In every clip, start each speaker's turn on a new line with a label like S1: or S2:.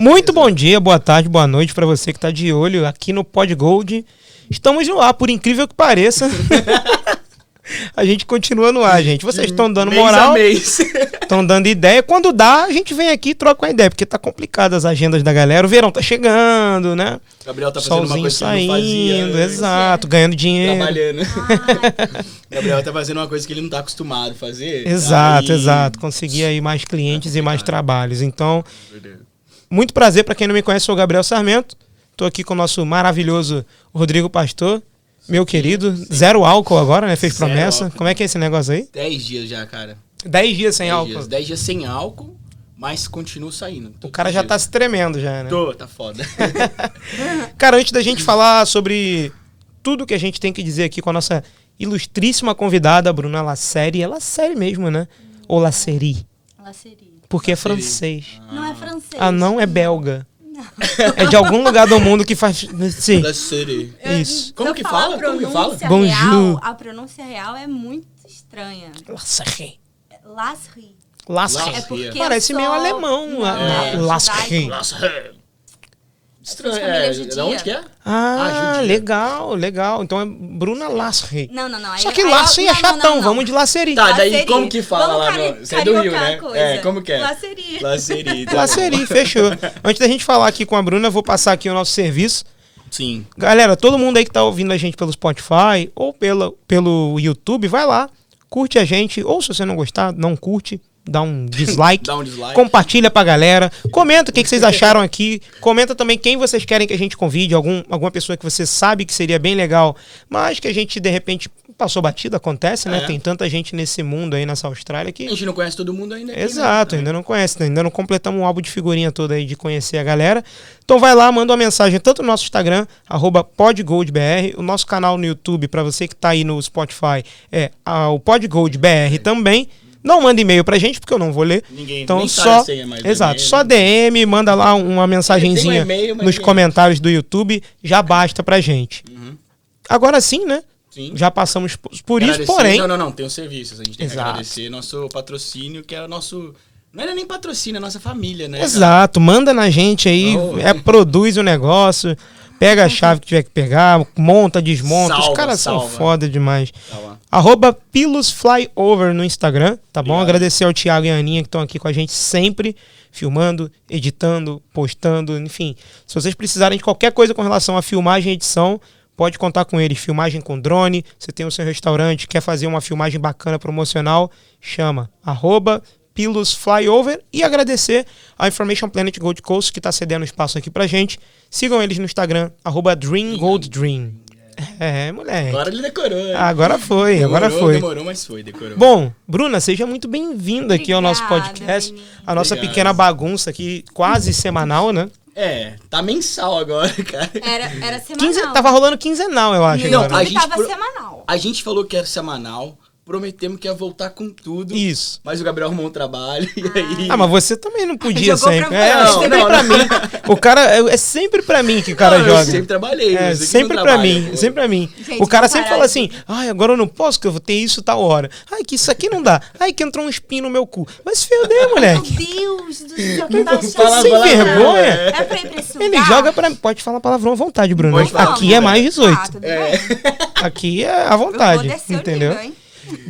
S1: Muito bom dia, boa tarde, boa noite para você que está de olho aqui no Pod Gold. Estamos no ar, por incrível que pareça. a gente continua no ar, gente. Vocês estão dando
S2: mês
S1: moral,
S2: a mês.
S1: estão dando ideia. Quando dá, a gente vem aqui e troca uma ideia, porque tá complicado as agendas da galera. O verão tá chegando, né?
S2: Gabriel tá fazendo uma
S1: Solzinho
S2: coisa que ele
S1: saindo,
S2: não fazia. né? é,
S1: exato, ganhando dinheiro.
S2: Trabalhando.
S3: Ah,
S2: Gabriel tá fazendo uma coisa que ele não tá acostumado a fazer.
S1: Exato,
S2: Aí-
S1: exato. Conseguir aí mais clientes e mais trabalhos. Então,
S2: Verdade.
S1: Muito prazer, para quem não me conhece, sou o Gabriel Sarmento. Tô aqui com o nosso maravilhoso Rodrigo Pastor, meu querido. Zero álcool agora, né? Fez
S2: Zero
S1: promessa.
S2: álcool.
S1: Como é que é esse negócio aí?
S2: Dez dias já, cara.
S1: Dez dias sem
S2: Dez
S1: álcool.
S2: dias. Dez dias sem álcool, mas continuo saindo.
S1: O
S2: Todo
S1: cara já
S2: dia.
S1: tá se tremendo já, né?
S2: Tô, tá foda.
S1: Cara, antes da gente falar sobre tudo que a gente tem que dizer aqui com a nossa ilustríssima convidada, Bruna Laceri. É Laceri mesmo, né? Ou Laceri.
S3: laceria.
S1: Porque é
S2: Laceri.
S1: francês.
S3: Não é francês.
S1: Ah, não? É belga. É de algum lugar do mundo que faz... Sim.
S2: Da série.
S3: Eu-
S1: Isso.
S3: se
S2: Como
S3: eu
S2: que
S3: falar
S2: fala?
S3: A
S2: Como que
S3: pronúncia
S2: fala?
S1: Bonjour.
S3: real, a pronúncia real é muito estranha.
S1: Laceri.
S3: É Lasri.
S1: Laceri.
S3: É porque
S1: Parece
S3: eu sou-
S1: meio alemão, a-
S3: é,
S1: a- Lasri.
S3: judaico.
S2: Nossa, é. Estranho.
S3: Essas famílias
S2: É,
S3: judias.
S2: da onde que é? Ah,
S1: Ah,
S2: judia.
S1: legal, legal. Então é Bruna Lasri.
S3: Não, não, não. aí-
S1: Só que
S3: aí eu-
S1: Lasri é
S3: não, não,
S1: chatão,
S3: não, não.
S1: vamos de Laceri.
S2: Tá, daí
S3: Laceri.
S2: como que fala
S3: Vamos
S2: lá?
S3: cari-
S2: no- Você é do Rio,
S3: cariocar
S2: né?
S3: a coisa.
S2: É, como que é?
S3: Laceri.
S2: Laceri. tá.
S1: Laceri, fechou. Antes da gente falar aqui com a Bruna, eu vou passar aqui o nosso serviço.
S2: Sim.
S1: Galera, todo mundo aí que tá ouvindo a gente pelo Spotify ou pela, pelo YouTube, vai lá, curte a gente. Ou se você não gostar, não curte, dá um dislike.
S2: Dá um dislike.
S1: Compartilha pra galera. Comenta o que, que vocês acharam aqui. Comenta também quem vocês querem que a gente convide. Algum, alguma pessoa que você sabe que seria bem legal, mas que a gente, de repente, passou batida. Acontece, né?
S2: É.
S1: Tem tanta gente nesse mundo aí, nessa Austrália, que
S2: A gente não conhece todo mundo ainda. aqui, né?
S1: Exato, ainda não conhece, né? ainda não completamos um álbum de figurinha todo aí de conhecer a galera. Então vai lá, manda uma mensagem tanto no nosso Instagram, arroba podgoldbr, o nosso canal no YouTube, para você que tá aí no Spotify, é ah, o podgoldbr também. Não manda e-mail pra gente, porque eu não vou ler.
S2: Ninguém
S1: Então
S2: nem sabe
S1: só.
S2: se é mais
S1: Exato,
S2: e-mail,
S1: só DM, manda lá uma mensagenzinha
S2: Tem um e-mail, mas
S1: nos
S2: nem-
S1: comentários do YouTube, já basta pra gente.
S2: Uhum.
S1: Agora sim, né?
S2: Sim.
S1: Já passamos por por isso,
S2: Agradecer-
S1: porém.
S2: Não, não, não, tem os serviços. A gente tem
S1: Exato.
S2: que agradecer nosso patrocínio, que é o nosso. Não era nem patrocínio, é nossa família, né?
S1: Exato, manda na gente aí,
S2: Oh.
S1: é, produz o negócio, pega a chave que tiver que pegar, monta, desmonta. Os
S2: Salva,
S1: caras são
S2: salva.
S1: foda demais.
S2: Tá lá.
S1: Arroba Pilos Flyover no Instagram, tá bom?
S2: Obrigado.
S1: Agradecer ao Thiago e a Aninha que estão aqui com a gente sempre, filmando, editando, postando, enfim. Se vocês precisarem de qualquer coisa com relação a filmagem e edição, pode contar com eles. Filmagem com drone, você tem o seu restaurante, quer fazer uma filmagem bacana promocional, chama. Arroba Pilos Flyover e agradecer a Information Planet Gold Coast que está cedendo espaço aqui pra gente. Sigam eles no Instagram, arroba Dream Gold Dream. É, moleque.
S2: Agora ele decorou. hein?
S1: Agora foi,
S2: Demorou,
S1: Ah, agora foi.
S2: Demorou, mas foi, decorou.
S1: Bom, Bruna, seja muito bem-vinda aqui ao nosso
S3: Obrigada,
S1: podcast.
S3: menina.
S1: A nossa
S2: Obrigado.
S1: pequena bagunça aqui, quase semanal, né?
S2: É, tá mensal agora, cara.
S3: Era, era semanal.
S1: Quinze... Tava rolando quinzenal, eu acho.
S2: Não,
S1: agora.
S2: a
S3: a
S2: gente
S3: gente tava
S2: pro-
S3: semanal.
S2: A gente falou que era semanal, prometemos que ia voltar com tudo.
S1: Isso.
S2: Mas o Gabriel arrumou um trabalho e aí.
S1: Ah, mas você também não podia
S3: Jogou pra
S1: sempre.
S3: você.
S1: É,
S2: Não,
S1: sempre
S2: não,
S1: pra
S2: não.
S1: mim. O cara, é é sempre pra mim que o cara
S2: Não,
S1: joga.
S2: Eu sempre trabalhei.
S1: É,
S2: eu sei que
S1: sempre
S2: não
S1: pra
S2: trabalho,
S1: mim,
S2: pô.
S1: sempre pra mim.
S3: Gente,
S1: o cara
S3: vamos
S1: sempre
S3: parar
S1: fala
S3: de-
S1: assim, ai, agora eu não posso que eu vou ter isso tal hora. Ai, que isso aqui não dá. Ai, que entrou um espinho no meu cu. Mas se fudeu,
S3: Meu
S1: moleque.
S3: Deus do céu, que tá
S2: Fala
S1: Sem
S2: palavrão,
S1: vergonha.
S2: é.
S3: É pra ir pra esse
S1: Ele
S3: lugar?
S1: joga pra mim. Pode falar palavrão à vontade, Bruno.
S2: Pode falar.
S1: Aqui é mais 18.
S3: Ah, tudo bem.
S2: É.
S1: Aqui é à
S3: Eu
S1: vontade,
S3: vou descer o
S1: entendeu?
S3: nível, hein?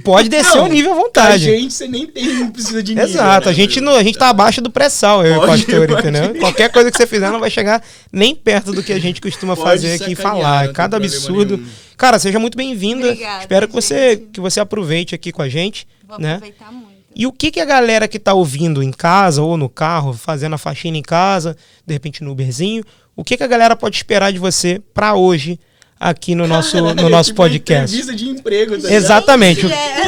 S1: Pode descer
S2: Não,
S1: o nível à
S2: A
S1: vontade.
S2: gente, você nem tem, não precisa de ninguém. né?
S1: Exato, a gente, não, a gente tá abaixo do pré-sal, eu
S2: Pode,
S1: e o pastor,
S2: pode.
S1: entendeu? Qualquer coisa que você fizer não vai chegar nem perto do que a gente costuma
S2: Pode
S1: fazer aqui
S2: sacanear,
S1: e falar.
S2: não
S1: É
S2: tem
S1: cada
S2: problema
S1: absurdo.
S2: nenhum.
S1: Cara, seja muito bem-vinda.
S3: Obrigada,
S1: Espero que você,
S3: gente.
S1: que você aproveite aqui com a gente,
S3: Vou
S1: né?
S3: aproveitar muito.
S1: E o que, que a galera que tá ouvindo em casa ou no carro, fazendo a faxina em casa, de repente no Uberzinho, o que, que a galera pode esperar de você pra hoje aqui no nosso, no nosso podcast?
S2: Entrevista de emprego, tá ligado?
S1: Exatamente.
S3: É,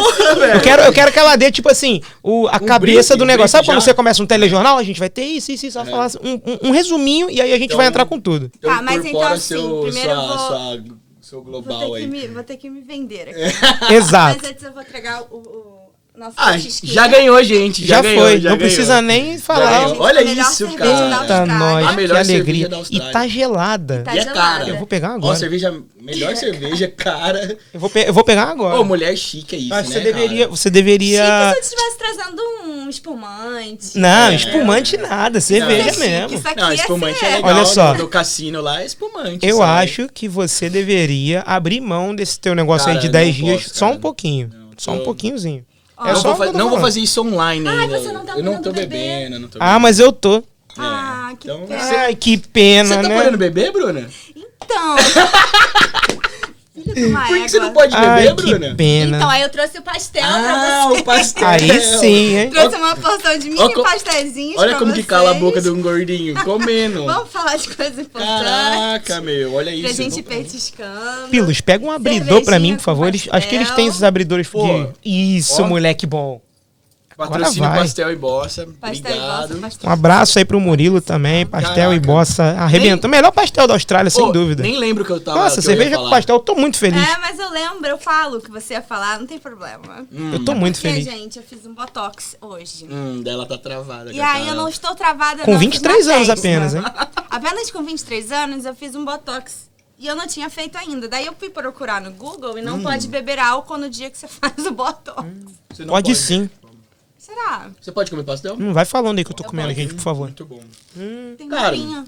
S1: Eu quero, eu quero que ela dê, tipo assim, o, a
S2: Um
S1: cabeça
S2: briefing,
S1: do
S2: um briefing
S1: negócio. Sabe quando
S2: já?
S1: você começa um telejornal? A gente vai ter isso, isso, isso. Ela
S2: É.
S1: falar assim, um, um- um resuminho e aí a gente
S2: Então,
S1: vai entrar com tudo.
S2: Então,
S3: Tá, mas
S2: incorpora
S3: então, assim,
S2: seu,
S3: primeiro
S2: sua,
S3: eu vou-
S2: sua- seu global
S3: Vou ter, que
S2: aí.
S3: me, vou ter que me vender aqui. Mas
S1: Exato.
S3: antes eu vou entregar o, o nosso
S2: Ah,
S3: petisquinho.
S2: já ganhou, gente. Já,
S1: Já,
S2: ganhou,
S1: foi.
S2: já
S1: não
S2: ganhou.
S1: precisa nem
S2: Já
S1: falar.
S2: ganhou. Olha
S3: A melhor
S2: isso,
S3: cerveja da
S2: cara.
S1: Eita,
S3: Austrália.
S1: nós,
S2: A
S1: que
S2: Tá, melhor
S1: alegria.
S2: cerveja da
S1: E
S2: Austrália.
S1: tá gelada.
S3: Tá
S2: E é
S3: gelada.
S2: cara.
S1: Eu vou pegar
S2: Ó,
S1: agora.
S2: cerveja, melhor cerveja, cara.
S1: Eu vou, pe- eu vou pegar agora.
S2: Ô, mulher chique é isso,
S1: Ah,
S2: né,
S1: você,
S2: cara?
S1: deveria, você
S3: Chique
S1: deveria.
S3: se eu estivesse trazendo um um espumante.
S1: Não, espumante nada, cerveja
S2: É. Não,
S1: mesmo.
S3: Isso aqui
S2: Não,
S3: é
S2: espumante é
S3: sério.
S2: legal.
S1: Olha só.
S2: No cassino lá é espumante.
S1: Eu
S2: sabe?
S1: acho que você deveria abrir mão desse teu negócio aí
S2: Cara,
S1: de 10
S2: não
S1: dias,
S2: posso,
S1: só um
S2: cara.
S1: pouquinho.
S2: Não,
S1: só um
S2: tô-
S1: pouquinhozinho.
S3: Ó, ah,
S1: é
S2: não,
S1: só
S2: vou,
S1: o que eu
S2: fa-
S1: tô
S2: não vou
S1: falando.
S2: fazer isso online
S3: Ai,
S2: ainda.
S3: você não tá
S2: eu não
S3: podendo
S2: tô
S3: beber.
S2: bebendo, eu não tô
S1: Ah, mas eu tô.
S3: Ah, que
S2: Então,
S3: pena.
S2: você-
S1: Ai, que pena,
S2: Você tá
S1: né?
S2: podendo beber, Bruna?
S3: Então. Filho de uma
S2: Por que que você
S3: égua.
S2: não pode beber,
S1: Ai, que
S2: Bruna?
S1: pena.
S3: Então, aí eu trouxe o pastel pra
S2: Ah,
S3: você.
S2: o pastel.
S1: Aí sim, hein?
S3: Trouxe uma porção de mini
S2: Ó co-
S3: pastéis
S2: Olha como que cala a boca de um gordinho, comendo.
S3: Vamos falar de coisa importante.
S2: Caraca, meu, olha isso.
S3: Pra gente
S2: Não-
S3: petiscando.
S1: Pilos, pega um abridor pra mim,
S3: Cervejinha
S1: por favor.
S3: com
S1: Eles- acho que eles
S3: pastel.
S1: têm esses abridores
S2: Pô,
S1: de... Isso,
S2: ó.
S1: moleque bom.
S2: Patrocínio
S1: Agora vai.
S2: Pastel e Bossa.
S3: Pastel e
S2: Obrigado.
S3: bosta,
S1: Um
S3: pastel.
S1: abraço aí pro Murilo também. Pastel e
S2: Ah, Caraca.
S1: bossa arrebentando. Melhor pastel da Austrália, sem
S2: Pô,
S1: dúvida.
S2: Nem lembro que eu tava.
S1: Nossa,
S2: que eu ia
S1: cerveja com
S2: falar.
S1: pastel. Eu tô muito feliz.
S3: É, mas eu lembro, eu falo o que você ia falar, não tem problema.
S2: Hum,
S1: Eu tô muito
S3: Porque,
S1: feliz.
S3: gente, eu fiz um botox hoje.
S2: Hum, dela tá travada.
S3: E aí eu não estou travada
S1: Com
S3: não,
S1: 23
S3: fiz na
S1: anos
S3: testa.
S1: apenas, hein?
S3: Apenas com 23 anos eu fiz um botox. E eu não tinha feito ainda. Daí eu fui procurar no Google e não pode beber álcool no dia que você faz o botox.
S2: Você não
S1: Pode, sim.
S3: Será?
S2: Você pode comer pastel?
S1: Não vai falando aí que eu tô comendo,
S3: posso.
S1: gente, por favor.
S2: Muito bom.
S3: Tem
S2: Cara,
S3: carinha.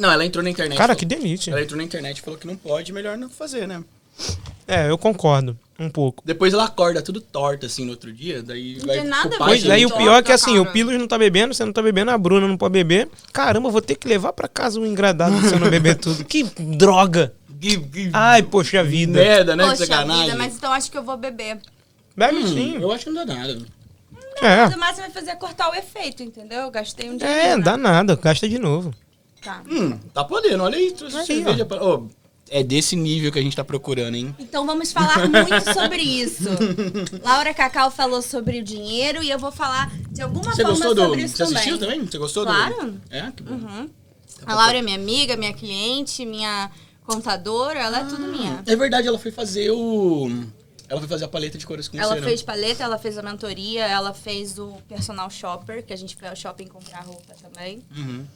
S2: Não, ela entrou na internet.
S1: Cara,
S2: falou-
S1: que delícia.
S2: Ela entrou na internet e falou que não pode, melhor não fazer, né?
S1: É, eu concordo. Um pouco.
S2: Depois ela acorda tudo torta, assim, no outro dia. Daí
S3: Não
S2: vai né?
S3: tem nada a
S2: culpar
S3: ver.
S1: Pois
S2: gente.
S1: é, e o
S3: torta,
S1: pior é que assim, o
S3: cara.
S1: Pilos não tá bebendo, você não tá bebendo, a Bruna não pode beber. Caramba, eu vou ter que levar pra casa um engradado se eu não beber tudo. Que droga!
S2: Que- que
S1: Ai, poxa vida.
S2: merda, né? que
S3: Poxa
S2: sacanagem.
S3: vida, mas então acho que eu vou beber.
S1: Bebe
S2: Hum,
S1: sim.
S2: eu acho que não dá nada.
S3: Mas
S1: É.
S3: o máximo vai fazer cortar o efeito, entendeu? Eu gastei um dia.
S1: É,
S3: né?
S1: dá nada, gasta de novo.
S3: Tá.
S2: Hum, tá podendo, olha aí, trouxe
S1: Aí,
S2: cerveja pra... Ô, é desse nível que a gente tá procurando, hein?
S3: Então vamos falar muito sobre isso. Laura Cacau falou sobre o dinheiro e eu vou falar de alguma
S2: Você
S3: forma
S2: gostou
S3: Tá sobre
S2: do...
S3: isso
S2: Você
S3: também.
S2: assistiu também? Você gostou do...
S3: Claro.
S2: É? Que bom.
S3: Uhum. A Laura é minha amiga, minha cliente, minha contadora, ela é tudo minha.
S2: É verdade, ela foi fazer o... Ela foi fazer a paleta de cores com
S3: Ela
S2: você, né?
S3: fez paleta, ela fez a mentoria, ela fez o personal shopper, que a gente foi ao shopping comprar roupa também.
S2: Uhum.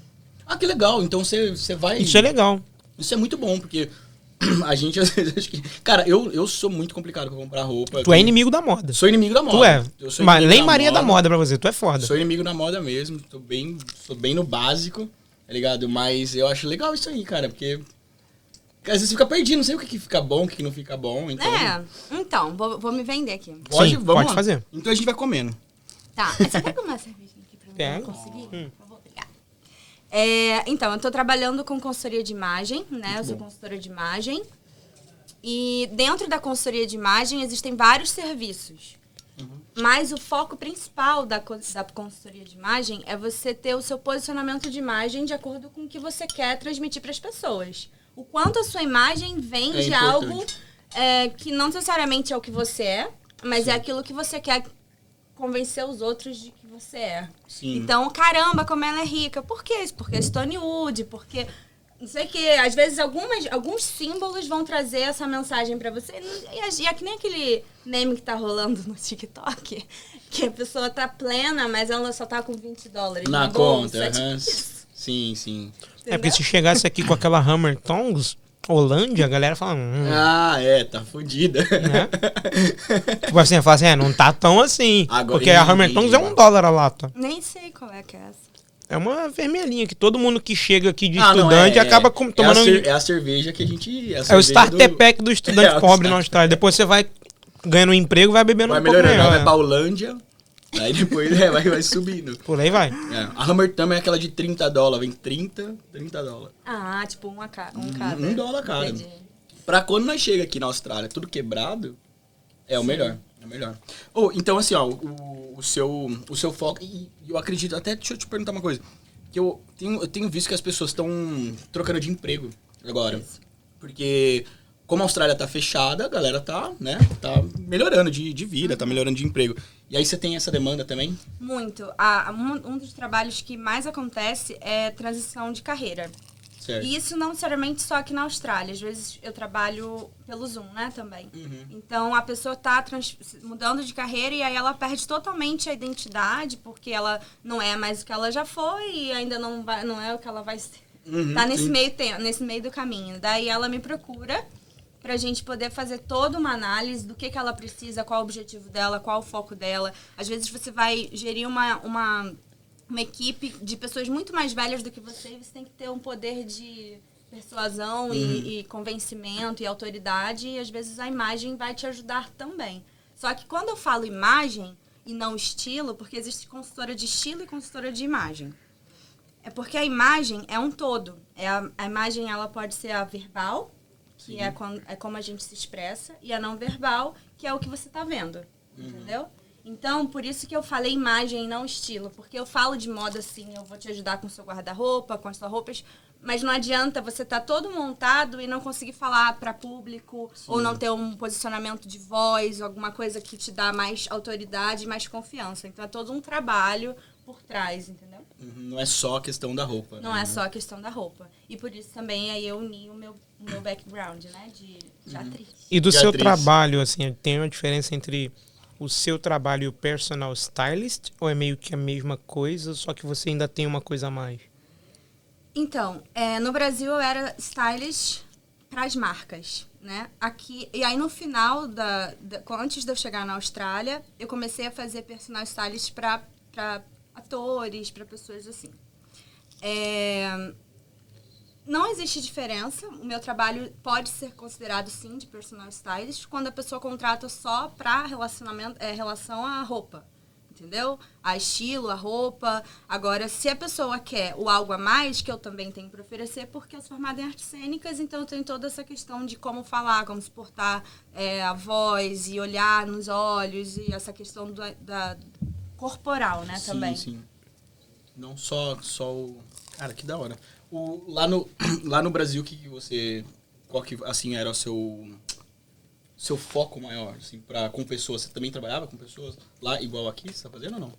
S2: Ah, que legal. Então você você vai...
S1: Isso é legal.
S2: Isso é muito bom, porque a gente às vezes acho que. Cara, eu, eu sou muito complicado pra comprar roupa.
S1: Tu é inimigo da moda.
S2: Sou inimigo da moda.
S1: Tu é.
S2: Eu sou
S1: Mas
S2: inimigo
S1: nem Maria da moda pra você, tu é foda.
S2: Sou inimigo da moda mesmo. Tô bem, tô bem no básico, tá ligado? Mas eu acho legal isso aí, cara, porque. Às vezes fica perdido, não sei o que, que fica bom, o que que não fica bom. Então,
S3: É, então, vou, vou me vender aqui.
S2: pode,
S1: Sim,
S2: vamos
S1: pode
S2: lá.
S1: fazer.
S2: Então a gente vai comendo.
S3: Tá, você pega uma cervejinha aqui pra mim?
S1: Pego.
S3: Eu Consegui?
S2: Hum.
S3: Eu vou pegar. É, então, eu tô trabalhando com consultoria de imagem, né? eu sou consultora de imagem. E dentro da consultoria de imagem existem vários serviços.
S2: Uhum.
S3: Mas o foco principal da, co- da consultoria de imagem é você ter o seu posicionamento de imagem de acordo com o que você quer transmitir para as pessoas. O quanto a sua imagem vem
S2: É
S3: de
S2: importante.
S3: algo é, que não necessariamente é o que você é, mas é aquilo que você quer convencer os outros de que você é.
S2: Sim.
S3: Então, caramba, como ela é rica. Por que isso? Porque é Stone Wood, porque. Não sei o que. Às vezes, algumas, alguns símbolos vão trazer essa mensagem pra você. E é- e é que nem aquele meme que tá rolando no TikTok, que a pessoa tá plena, mas ela só tá com 20 dólares
S2: Na
S3: na, bolsa.
S2: conta. aham.
S3: Tipo,
S2: Sim, sim.
S1: É porque se chegasse aqui com aquela Hammer Tongs, Holândia, a galera fala. Hum,
S2: Ah, é, tá fodida.
S1: né? Tipo assim, fala assim, é, não tá tão assim.
S2: Agora,
S1: porque a Hammer
S2: entendi.
S1: Tongs é um dólar a lata.
S3: Nem sei qual é que é essa.
S1: É uma vermelhinha que todo mundo que chega aqui de
S2: Ah, não, é,
S1: estudante
S2: é.
S1: acaba com- tomando.
S2: É a,
S1: um-
S2: cer- é a cerveja que a gente. a
S1: É o
S2: cerveja
S1: starter
S2: do-
S1: pack do estudante
S2: É, o
S1: pobre
S2: starter
S1: na Austrália. Depois você vai ganhando um emprego vai bebendo
S2: Vai
S1: um pouco
S2: melhorando,
S1: melhor.
S2: aí vai
S1: é.
S2: pra Holândia, aí depois né, vai, vai subindo.
S1: Por aí vai.
S2: É, a Hammer Thumb é aquela de 30 dólares, vem 30, 30 dólares.
S3: Ah, tipo, um, a ca um cada.
S2: um dólar cada.
S3: Entendi.
S2: Pra quando nós chega aqui na Austrália, tudo quebrado, é o melhor, é o melhor. Ou, então assim, ó, o, o seu, o seu foco, e eu acredito, até deixa eu te perguntar uma coisa, que eu tenho, eu tenho visto que as pessoas estão trocando de emprego agora, porque como a Austrália tá fechada, a galera tá, né, tá melhorando de, de vida,
S3: Uhum.
S2: tá melhorando de emprego. E aí você tem essa demanda também?
S3: Muito. Ah, um, um dos trabalhos que mais acontece é transição de carreira.
S2: Certo.
S3: E isso não necessariamente só aqui na Austrália. Às vezes eu trabalho pelo Zoom, né, também. Então a pessoa tá trans- mudando de carreira e aí ela perde totalmente a identidade, porque ela não é mais o que ela já foi e ainda não, vai, não é o que ela vai ser.
S2: Uhum,
S3: tá nesse
S2: sim.
S3: meio, tem- nesse meio do caminho. Daí ela me procura para a gente poder fazer toda uma análise do que, que ela precisa, qual o objetivo dela, qual o foco dela. Às vezes você vai gerir uma, uma, uma equipe de pessoas muito mais velhas do que você e você tem que ter um poder de persuasão
S2: Uhum.
S3: e, e convencimento e autoridade e às vezes a imagem vai te ajudar também. Só que quando eu falo imagem e não estilo, porque existe consultora de estilo e consultora de imagem. É porque a imagem é um todo. É a, a imagem ela pode ser a verbal, que é, quando, é como a gente se expressa, e a não verbal, que é o que você está vendo. Entendeu? Então, por isso que eu falei imagem e não estilo. Porque eu falo de moda assim, eu vou te ajudar com o seu guarda-roupa, com as suas roupas. Mas não adianta você estar todo montado e não conseguir falar para público, ou não ter um posicionamento de voz, alguma coisa que te dá mais autoridade, mais confiança. Então é todo um trabalho por trás, entendeu?
S2: Uhum, Não é só a questão da roupa.
S3: Não
S2: né?
S3: é só a questão da roupa. E por isso também aí eu uni o meu, o meu background, né? De, de atriz.
S1: E do
S2: De
S1: seu
S2: atriz.
S1: trabalho, assim, tem uma diferença entre o seu trabalho e o personal stylist? Ou é meio que a mesma coisa, só que você ainda tem uma coisa a mais?
S3: Então, é, no Brasil eu era stylist para as marcas, né? Aqui, e aí no final, da, da- co- antes de eu chegar na Austrália, eu comecei a fazer personal stylist para atores, para pessoas assim. É, não existe diferença. O meu trabalho pode ser considerado, sim, de personal stylist quando a pessoa contrata só para relacionamento, é, relação à roupa. Entendeu? A estilo, a roupa. Agora, se a pessoa quer o algo a mais, que eu também tenho para oferecer, porque eu sou formada em artes cênicas, então eu tenho toda essa questão de como falar, como se portar é, a voz e olhar nos olhos e essa questão da, da- corporal, né,
S2: sim,
S3: também.
S2: sim. Não só, só o. Cara, que da hora. O, lá, no, lá no Brasil, o que, que você. Qual que assim, era o seu. Seu foco maior, assim, pra, com pessoas. Você também trabalhava com pessoas lá igual aqui? Você tá fazendo ou não?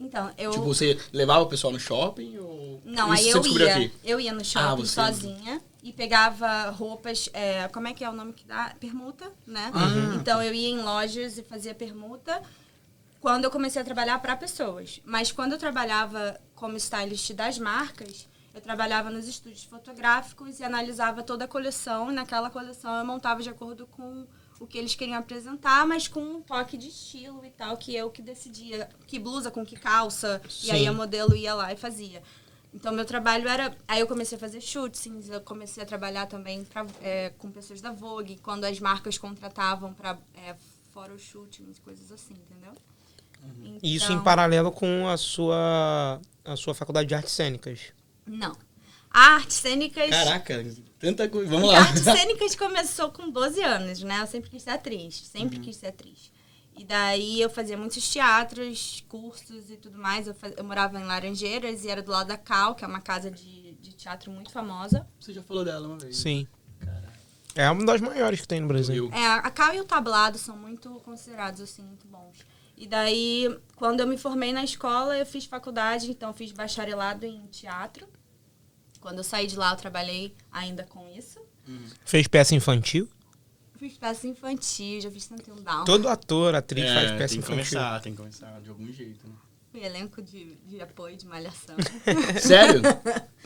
S3: Então, eu.
S2: Tipo, você levava o pessoal no shopping ou.
S3: Não,
S2: Isso
S3: aí
S2: você
S3: eu
S2: descobriu
S3: ia.
S2: aqui?
S3: Eu ia no
S2: Ah,
S3: shopping
S2: você-
S3: sozinha e pegava roupas. é, como é que é o nome que dá? Permuta, né?
S2: Ah.
S3: Então eu ia em lojas e fazia permuta quando eu comecei a trabalhar para pessoas. Mas quando eu trabalhava como stylist das marcas, eu trabalhava nos estúdios fotográficos e analisava toda a coleção. E naquela coleção eu montava de acordo com o que eles queriam apresentar, mas com um toque de estilo e tal, que eu que decidia que blusa com que calça. E aí
S1: Sim.
S3: a modelo ia lá e fazia. Então, meu trabalho era... Aí eu comecei a fazer shootings, eu comecei a trabalhar também pra, é, com pessoas da Vogue, quando as marcas contratavam para é, photoshootings, coisas assim, entendeu?
S1: E isso
S3: Então-
S1: em paralelo com a sua, a sua faculdade de artes cênicas.
S3: Não. A arte cênicas...
S2: Caraca, tanta coisa. Vamos
S3: A
S2: lá.
S3: arte cênicas começou com 12 anos, né? Eu sempre quis ser atriz,
S2: Uhum.
S3: sempre quis ser atriz. E daí eu fazia muitos teatros, cursos e tudo mais. Eu, faz- eu morava em Laranjeiras e era do lado da Cal, que é uma casa de, de teatro muito famosa.
S2: Você já falou dela uma vez.
S1: Sim. É uma das maiores que tem no Brasil.
S2: Eu.
S3: É, a cal e o tablado são muito considerados, assim, muito bons. E daí, quando eu me formei na escola, eu fiz faculdade, então fiz bacharelado em teatro. Quando eu saí de lá, eu trabalhei ainda com isso.
S1: Fez peça infantil?
S3: Fiz peça infantil, já fiz Santinho Down.
S1: Todo ator, atriz
S2: É,
S1: faz peça
S2: tem que
S1: infantil.
S2: começar, tem que começar de algum jeito. Né?
S3: Fui elenco de, de apoio de malhação.
S2: Sério?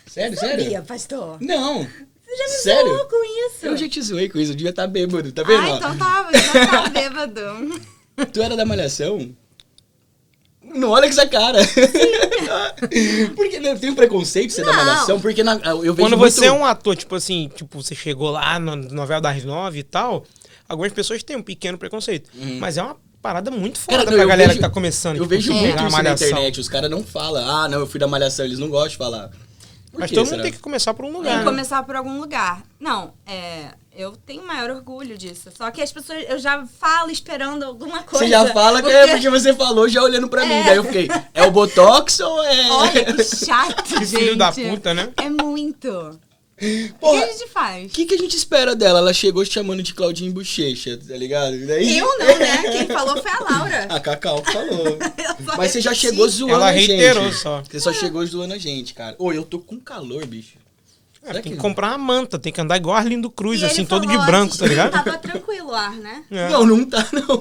S2: sério, sério?
S3: Sabia, pastor.
S2: Não!
S3: Você já me
S2: Sério?
S3: zoou com isso?
S2: Eu já te zoei com isso, eu devia estar bêbado, tá vendo?
S3: Ah,
S2: ó?
S3: então tava, então tava bêbado.
S2: Tu era da malhação? Não olha com essa cara. Porque né, tem um preconceito de ser da
S3: Não.
S2: malhação, porque na- eu vejo
S1: Quando
S2: muito-
S1: você é um ator, tipo assim, tipo, você chegou lá na novela das nove e tal, algumas pessoas têm um pequeno preconceito. Mas é uma parada muito
S2: Uhum.
S1: foda
S2: Cara, não,
S1: pra
S2: eu
S1: galera
S2: vejo-
S1: que tá começando.
S2: Eu
S1: tipo,
S2: vejo
S1: assim,
S2: muito
S1: na
S2: isso
S1: malhação.
S2: na internet, os caras não falam, ah, não, eu fui da malhação, eles não gostam de falar. Por
S1: Mas
S2: quê,
S1: todo mundo
S2: será?
S1: tem que começar por um
S3: Tem
S1: lugar.
S3: que
S1: né?
S3: começar por algum lugar. Não, é, eu tenho maior orgulho disso. Só que as pessoas, eu já falo esperando alguma coisa.
S2: Você já fala que é porque você falou já olhando pra mim.
S3: É.
S2: Daí eu fiquei, é o Botox ou é.
S3: Olha que chato,
S1: Que
S3: gente.
S1: filho da puta, né?
S3: É muito. o
S2: Porra,
S3: que a gente faz?
S2: o que, que a gente espera dela? Ela chegou te chamando de Claudinho Bochecha, tá ligado? E Daí...
S3: Eu não, né? Quem falou foi a Laura.
S2: A Cacau que falou.
S3: Eu só
S2: Mas você já
S3: repeti.
S2: chegou zoando
S1: Ela
S2: a gente.
S1: reiterou só.
S2: Você só chegou zoando a gente, cara. Ô, eu tô com calor, bicho.
S1: É,
S2: Será
S1: tem que
S2: que-
S1: comprar uma manta, tem que andar igual Arlindo Cruz,
S3: E ele
S1: assim, todo de
S3: falou "Ah,
S1: branco,
S3: antes
S1: tá
S3: que
S1: ligado?
S3: Tava tranquilo o ar, né?
S1: É.
S2: Não, não tá, não.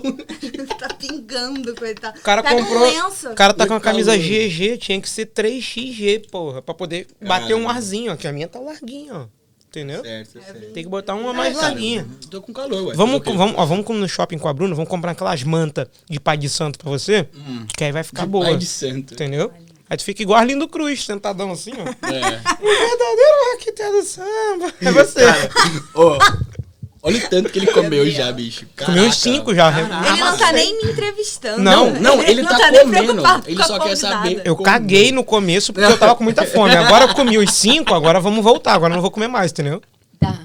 S3: tá pingando, coitado.
S1: O cara
S3: Pega
S1: comprou.
S3: um lenço.
S1: o cara tá com uma
S2: Muito calor.
S1: camisa GG, tinha que ser 3XG, porra, pra poder bater um arzinho, ó, que a minha tá larguinha, ó. entendeu?
S2: Certo, certo.
S1: Tem que botar uma mais
S2: Cara,
S1: larguinha.
S2: Tô com calor, ué.
S1: Vamos,
S2: Tô ok.
S1: vamos, ó, vamos com- no shopping com a Bruna, vamos comprar aquelas mantas de pai de santo pra você, que aí vai ficar boa.
S2: Pai Hum. de santo.
S1: Entendeu? Aí tu fica igual Arlindo Cruz, sentadão assim, ó.
S2: É.
S1: O verdadeiro arquiteto do samba. É você.
S2: Ô, olha o tanto que ele comeu já, bicho.
S1: Comeu
S2: Caraca.
S1: uns cinco já. né?
S3: Ele não tá nem me entrevistando.
S1: Não,
S2: não, ele
S3: não
S2: tá
S3: nem
S2: comendo.
S3: preocupado
S2: Ele
S3: com a
S2: só quer
S3: convidada.
S2: saber.
S1: Eu
S2: Como?
S1: caguei no começo porque eu tava com muita fome. Agora eu comi os cinco, agora vamos voltar. Agora eu não vou comer mais, entendeu?
S3: Tá.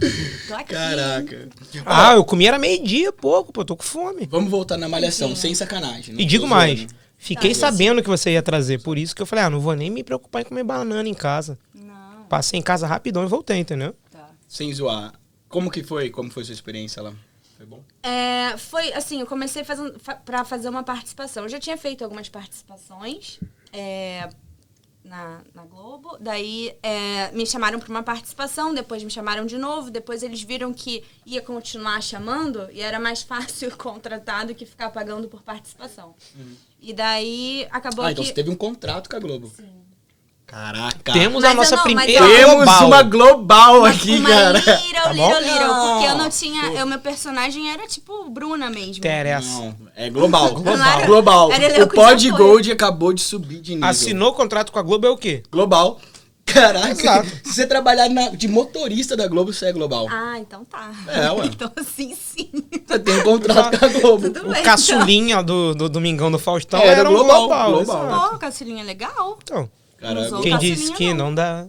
S3: Tô aqui.
S2: Caraca.
S1: Ah, eu comi era meio-dia, pouco, pô, eu tô com fome.
S2: Vamos voltar na malhação, sem sacanagem. não
S1: E
S2: tô
S1: digo
S2: zoando.
S1: mais, fiquei
S3: Tá.
S1: sabendo que você ia trazer, por isso que eu falei, ah, não vou nem me preocupar em comer banana em casa.
S3: Não,
S1: Passei em casa rapidão e voltei, entendeu?
S3: tá.
S2: Sem zoar. Como que foi? Como foi sua experiência lá? Foi bom?
S3: É, foi assim, eu comecei fazendo, fa pra fazer uma participação. Eu já tinha feito algumas participações é, na, na Globo. Daí é, me chamaram pra uma participação, depois me chamaram de novo. Depois eles viram que ia continuar chamando e era mais fácil contratar do que ficar pagando por participação. E daí acabou
S2: ah,
S3: que...
S2: então você teve um contrato com a Globo. Caraca.
S1: Temos
S3: Mas
S1: a nossa
S3: eu não, mas
S1: primeira
S3: eu-
S2: Temos
S1: global.
S2: uma global aqui,
S3: uma
S2: cara.
S3: little,
S1: Tá bom?
S3: little, little. Porque eu não
S2: Não.
S3: tinha... Eu, meu personagem era tipo Bruna mesmo.
S1: Interessa.
S2: Não, é global.
S1: Global.
S3: Não era-
S2: Global.
S3: era ele
S2: O
S3: que
S2: Pod
S3: já foi.
S2: Gold acabou de subir de nível.
S1: Assinou o contrato com a Globo é o quê?
S2: Global. Caraca.
S1: Exato.
S2: Se você trabalhar na- de motorista da Globo, você é global.
S3: Ah, então tá.
S2: É, ué.
S3: Então sim, sim.
S2: Você tem um contrato com a Globo.
S3: Tudo
S1: O
S3: bem.
S1: caçulinha do, do Domingão do Faustão
S2: Era
S1: era, um global.
S2: É, global,
S1: exato.
S2: global. né?
S3: Ó, cacilinha legal.
S1: Então,
S2: Caraca.
S3: Não
S1: quem
S3: tá
S1: disse
S3: fininha,
S1: que
S3: não.
S1: não dá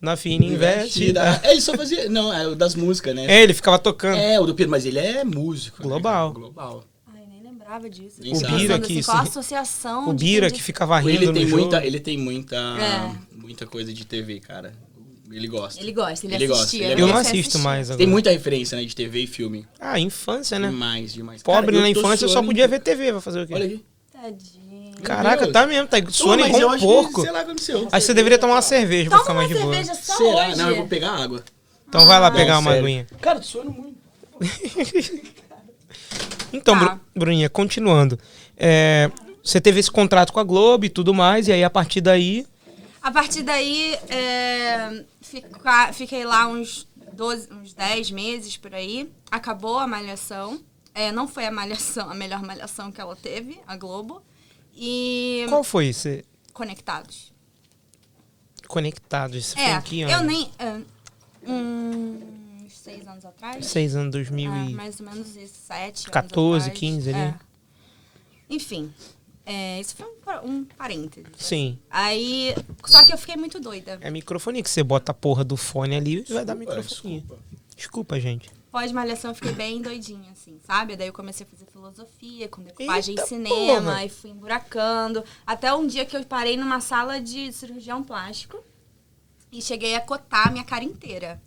S1: na fina investida.
S2: É, ele só fazia. Não, é o das músicas, né?
S1: É, ele ficava tocando.
S2: É, o do Pedro, mas ele é músico. né,
S1: Global.
S2: cara? Global.
S3: Ai, nem lembrava disso.
S2: Nem
S3: Fiquei
S2: sabe.
S1: O Bira
S3: pensando assim,
S1: que
S3: qual a
S1: se-
S3: associação.
S1: o
S3: de
S1: Bira
S3: quem
S1: que
S3: de-
S1: ficava rindo
S2: Ele tem
S1: no jogo.
S2: muita, ele tem muita,
S3: É.
S2: muita coisa de TV, cara. Ele gosta.
S3: Ele gosta, ele,
S2: Ele gosta,
S3: assistia.
S2: ele
S1: Eu não
S3: comecei a
S1: assisto
S3: assistir.
S1: mais agora.
S2: Tem muita referência, né, de TV e filme.
S1: Ah, infância, né?
S2: Demais, demais.
S1: Pobre
S2: Cara, eu
S1: na
S2: tô
S1: infância só
S2: suando-
S1: podia ver TV, vai fazer o quê?
S2: Olha aqui.
S3: Tadinho.
S1: Caraca,
S2: Deus.
S1: tá mesmo, tá suando
S2: Ô, mas
S1: igual
S2: eu
S1: um
S2: acho que,
S1: porco.
S2: sei lá, aconteceu.
S1: Aí você deveria tomar uma cerveja pra
S3: Toma
S1: ficar mais
S3: uma
S1: de boa.
S3: cerveja só
S2: Será?
S3: hoje.
S2: Não, eu vou pegar água.
S1: Então vai lá pegar
S2: Não,
S1: uma
S2: Ah, sério.
S1: aguinha.
S2: Cara, tô suando muito.
S1: Então,
S3: Tá.
S1: Bru- Bruninha, continuando. É, você teve esse contrato com a Globo e tudo mais, e aí a partir daí.
S3: A partir daí, é, fica- fiquei lá uns, 12, uns 10 meses por aí. Acabou a malhação. É, não foi a malhação, a melhor malhação que ela teve, a Globo. E
S1: Qual foi esse
S3: Conectados.
S1: conectado? Esse
S3: É,
S1: foi em que ano?
S3: eu nem. é, uns seis anos atrás.
S1: Seis anos 2000
S3: É,
S1: e...
S3: mais ou menos isso, sete. anos
S1: 14,
S3: atrás.
S1: 15 ali.
S3: É. Enfim, é, isso foi um, par- um parênteses.
S1: Sim.
S3: Aí, só que eu fiquei muito doida.
S1: É microfone que você bota a porra do fone ali e vai dar
S2: Desculpa,
S1: microfonia. Desculpa. gente.
S3: Pós-malhação, eu fiquei bem doidinha, assim, sabe? Daí eu comecei a fazer filosofia, com decupagem
S1: Eita
S3: em cinema,
S1: porra!
S3: e fui emburacando. Até um dia que eu parei numa sala de cirurgião plástico e cheguei a cotar a minha cara inteira.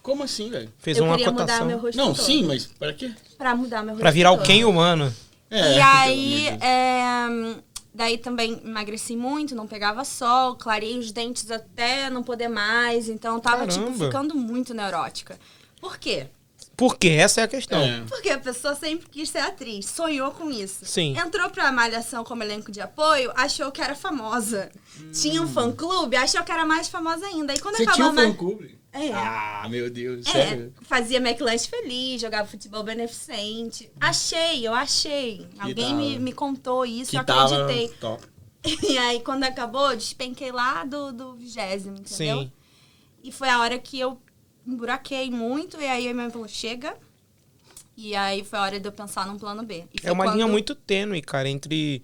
S2: Como assim, velho?
S1: Fez
S3: eu
S1: uma
S3: queria mudar
S1: cotação.
S3: meu rosto
S2: Não,
S3: todo.
S2: sim, mas pra quê?
S3: Pra mudar meu rosto
S1: Pra virar o
S3: todo.
S1: quem humano.
S2: É,
S3: E aí,
S2: pelo amor de Deus.
S3: é, daí também emagreci muito, não pegava sol, clarei os dentes até não poder mais. Então tava,
S1: Caramba.
S3: tipo, ficando muito neurótica. Por quê?
S1: Por quê? Essa é a questão.
S2: É.
S3: Porque a pessoa sempre quis ser atriz, sonhou com isso.
S1: Sim.
S3: Entrou pra Malhação como elenco de apoio, achou que era famosa. Tinha um fã-clube, achou que era mais famosa ainda. E quando
S2: Hum. Você tinha
S3: acabava...
S2: um fã clube?
S3: É.
S2: Ah, meu Deus,
S3: É,
S2: sério.
S3: fazia McLanche feliz, jogava futebol beneficente. Achei, eu achei. Alguém me,
S2: tava-
S3: me contou isso,
S2: Que
S3: eu
S2: tava
S3: acreditei.
S2: top.
S3: E aí, quando acabou, eu despenquei lá do, do vigésimo, entendeu?
S1: Sim.
S3: E foi a hora que eu emburaquei muito, e aí a minha mãe falou, chega. E aí foi a hora de eu pensar num plano B. E foi
S1: É uma linha
S3: quando-
S1: muito tênue, cara, entre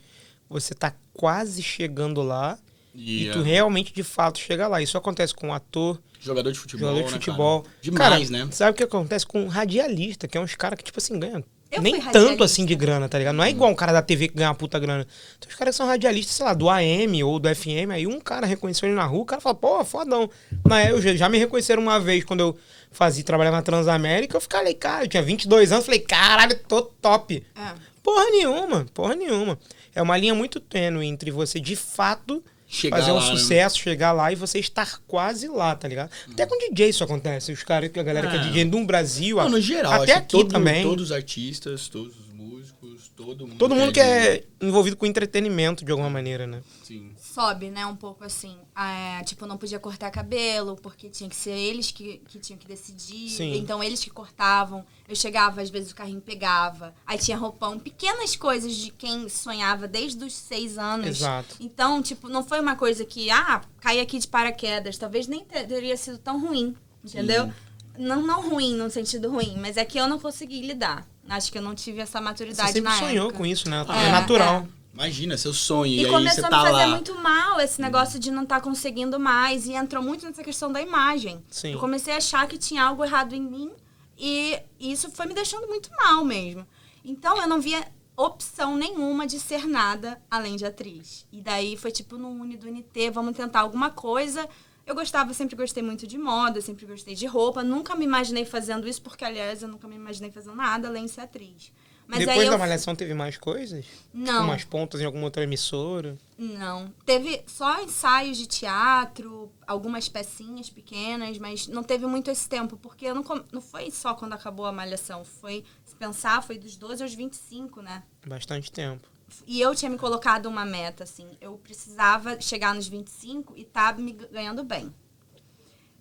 S1: você tá quase chegando lá e tu
S2: Yeah.
S1: realmente de fato chega lá. Isso acontece com um ator,
S2: Jogador de futebol.
S1: jogador de
S2: né, cara?
S1: futebol.
S2: Demais,
S1: Cara,
S2: né?
S1: Sabe o que acontece com um radialista, que é uns caras que, tipo assim, ganham.
S3: Eu
S1: nem
S3: fui
S1: tanto assim
S3: radialista.
S1: de grana, tá ligado? Não é igual um cara da TV que ganha uma puta grana. Tem uns caras que são radialistas, sei lá, do AM ou do FM, aí um cara reconheceu ele na rua, o cara fala, pô, fodão. Na eu já- já me reconheceram uma vez quando eu fazia trabalhar na Transamérica, eu falei, cara, eu tinha 22 anos, falei, caralho, tô top.
S3: É.
S1: Porra nenhuma, porra nenhuma. É uma linha muito tênue entre você de fato
S2: Chegar
S1: fazer um
S2: lá, né?
S1: sucesso, chegar lá e você estar quase lá, tá ligado? Até com DJ isso acontece. Os caras, a galera que é
S2: Ah.
S1: DJ no Brasil,
S2: Não, no geral,
S1: até
S2: acho que
S1: aqui
S2: todo-
S1: também.
S2: Todos os artistas, todos os músicos, todo mundo.
S1: Todo mundo que
S2: quer-
S1: é envolvido com entretenimento de alguma maneira, né?
S2: Sim.
S3: Sobe, né, um pouco assim. É, tipo, não podia cortar cabelo, porque tinha que ser eles que, que tinham que decidir.
S1: Sim.
S3: Então, eles que cortavam. Eu chegava, às vezes o carrinho pegava. Aí tinha roupão. Pequenas coisas de quem sonhava desde os seis anos.
S1: Exato.
S3: Então, tipo, não foi uma coisa que, ah, caí aqui de paraquedas. Talvez nem te- teria sido tão ruim, entendeu? Não, não ruim, num sentido ruim, mas é que eu não consegui lidar. Acho que eu não tive essa
S1: Você
S3: maturidade
S1: sempre
S3: na
S1: sonhou
S3: época.
S1: com isso, né?
S2: Ah,
S1: É,
S2: é,
S1: natural.
S2: Imagina, seu sonho. E,
S3: E,
S2: aí você
S3: começou
S2: tá
S3: a me fazer
S2: lá.
S3: muito mal esse negócio de não estar conseguindo mais. E entrou muito nessa questão da imagem.
S1: Sim.
S3: Eu comecei a achar que tinha algo errado em mim. E isso foi me deixando muito mal mesmo. Então eu não via opção nenhuma de ser nada além de atriz. E daí foi tipo no Uni do NT, vamos tentar alguma coisa. Eu gostava, sempre gostei muito de moda, sempre gostei de roupa. Nunca me imaginei fazendo isso, porque, aliás, eu nunca me imaginei fazendo nada além de ser atriz. Mas aí
S1: Depois
S3: eu...
S1: da Malhação teve mais coisas? Tipo,
S3: Não.
S1: Umas pontas em alguma outra emissora?
S3: Não. Teve só ensaios de teatro, algumas pecinhas pequenas, mas não teve muito esse tempo, porque eu não, com- não foi só quando acabou a malhação. Foi, se pensar, foi dos 12 aos 25, né?
S1: Bastante tempo.
S3: E eu tinha me colocado uma meta, assim. Eu precisava chegar nos 25 e tá me g- ganhando bem.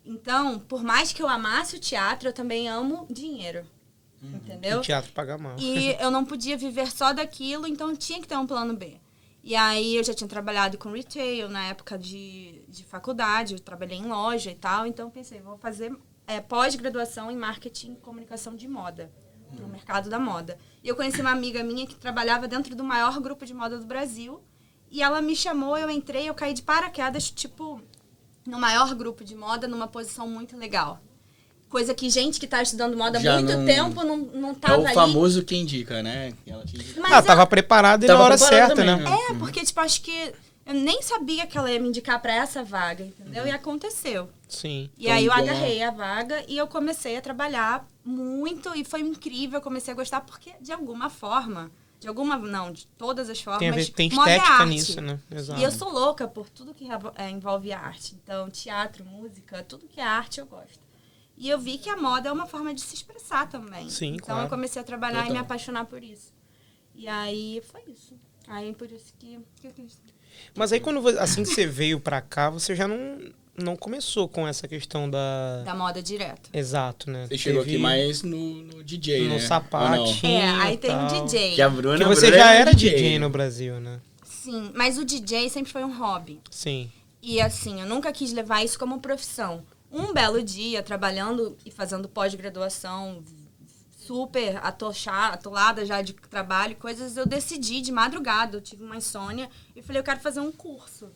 S3: Então, por mais que eu amasse o teatro, eu também amo dinheiro. Entendeu?
S1: O teatro paga mal.
S3: E eu não podia viver só daquilo, então tinha que ter um plano B. E aí eu já tinha trabalhado com retail na época de, de faculdade, eu trabalhei em loja e tal, então eu pensei, vou fazer eh, pós-graduação em marketing e comunicação de moda, no
S2: Hum.
S3: mercado da moda. E eu conheci uma amiga minha que trabalhava dentro do maior grupo de moda do Brasil, e ela me chamou, eu entrei, eu caí de paraquedas, tipo, no maior grupo de moda, numa posição muito legal. Coisa que gente que tá estudando moda há
S2: Já
S3: muito
S2: não-
S3: tempo não, não tá
S2: É
S3: tava
S2: o
S3: ali.
S2: famoso que indica, né? Ela te indica.
S3: Mas
S1: ah,
S3: eu-
S1: tava preparado e
S2: Tava
S1: na hora
S2: preparado
S1: certa,
S2: também,
S1: né?
S2: né?
S3: É, porque, tipo, acho que eu nem sabia que ela ia me indicar pra essa vaga, entendeu?
S1: Uhum.
S3: E aconteceu.
S1: Sim.
S3: E aí eu
S2: Então,
S1: é.
S3: agarrei a vaga e eu comecei a trabalhar muito e foi incrível, eu comecei a gostar porque de alguma forma, de alguma, não, de todas as formas,
S1: Tem, a ver, tem
S3: moda é
S1: estética
S3: arte.
S1: nisso, né? Exato.
S3: E eu sou louca por tudo que revo- é, envolve arte. Então, teatro, música, tudo que é arte eu gosto. E eu vi que a moda é uma forma de se expressar também.
S1: Sim,
S3: então
S1: claro.
S3: eu comecei a trabalhar e
S2: Total.
S3: me apaixonar por isso. E aí foi isso. Aí por isso que, que eu quis.
S1: Mas aí quando você- assim que você veio pra cá, você já não, não começou com essa questão da.
S3: Da moda direto.
S1: Exato, né?
S2: Você chegou
S1: Teve
S2: aqui mais no, no DJ,
S1: no
S2: né? Ou não?
S1: sapatinho.
S3: É, aí tem o
S1: tal.
S3: DJ.
S2: Que a Bruna,
S1: Que
S2: a
S1: você
S2: Bruna é
S1: já era DJ. no Brasil, né?
S3: Sim, mas o DJ sempre foi um hobby.
S1: Sim.
S3: E assim, eu nunca quis levar isso como profissão. Um belo dia, trabalhando e fazendo pós-graduação, super atochar, atolada já de trabalho, e coisas, eu decidi de madrugada, eu tive uma insônia, e falei, eu quero fazer um curso.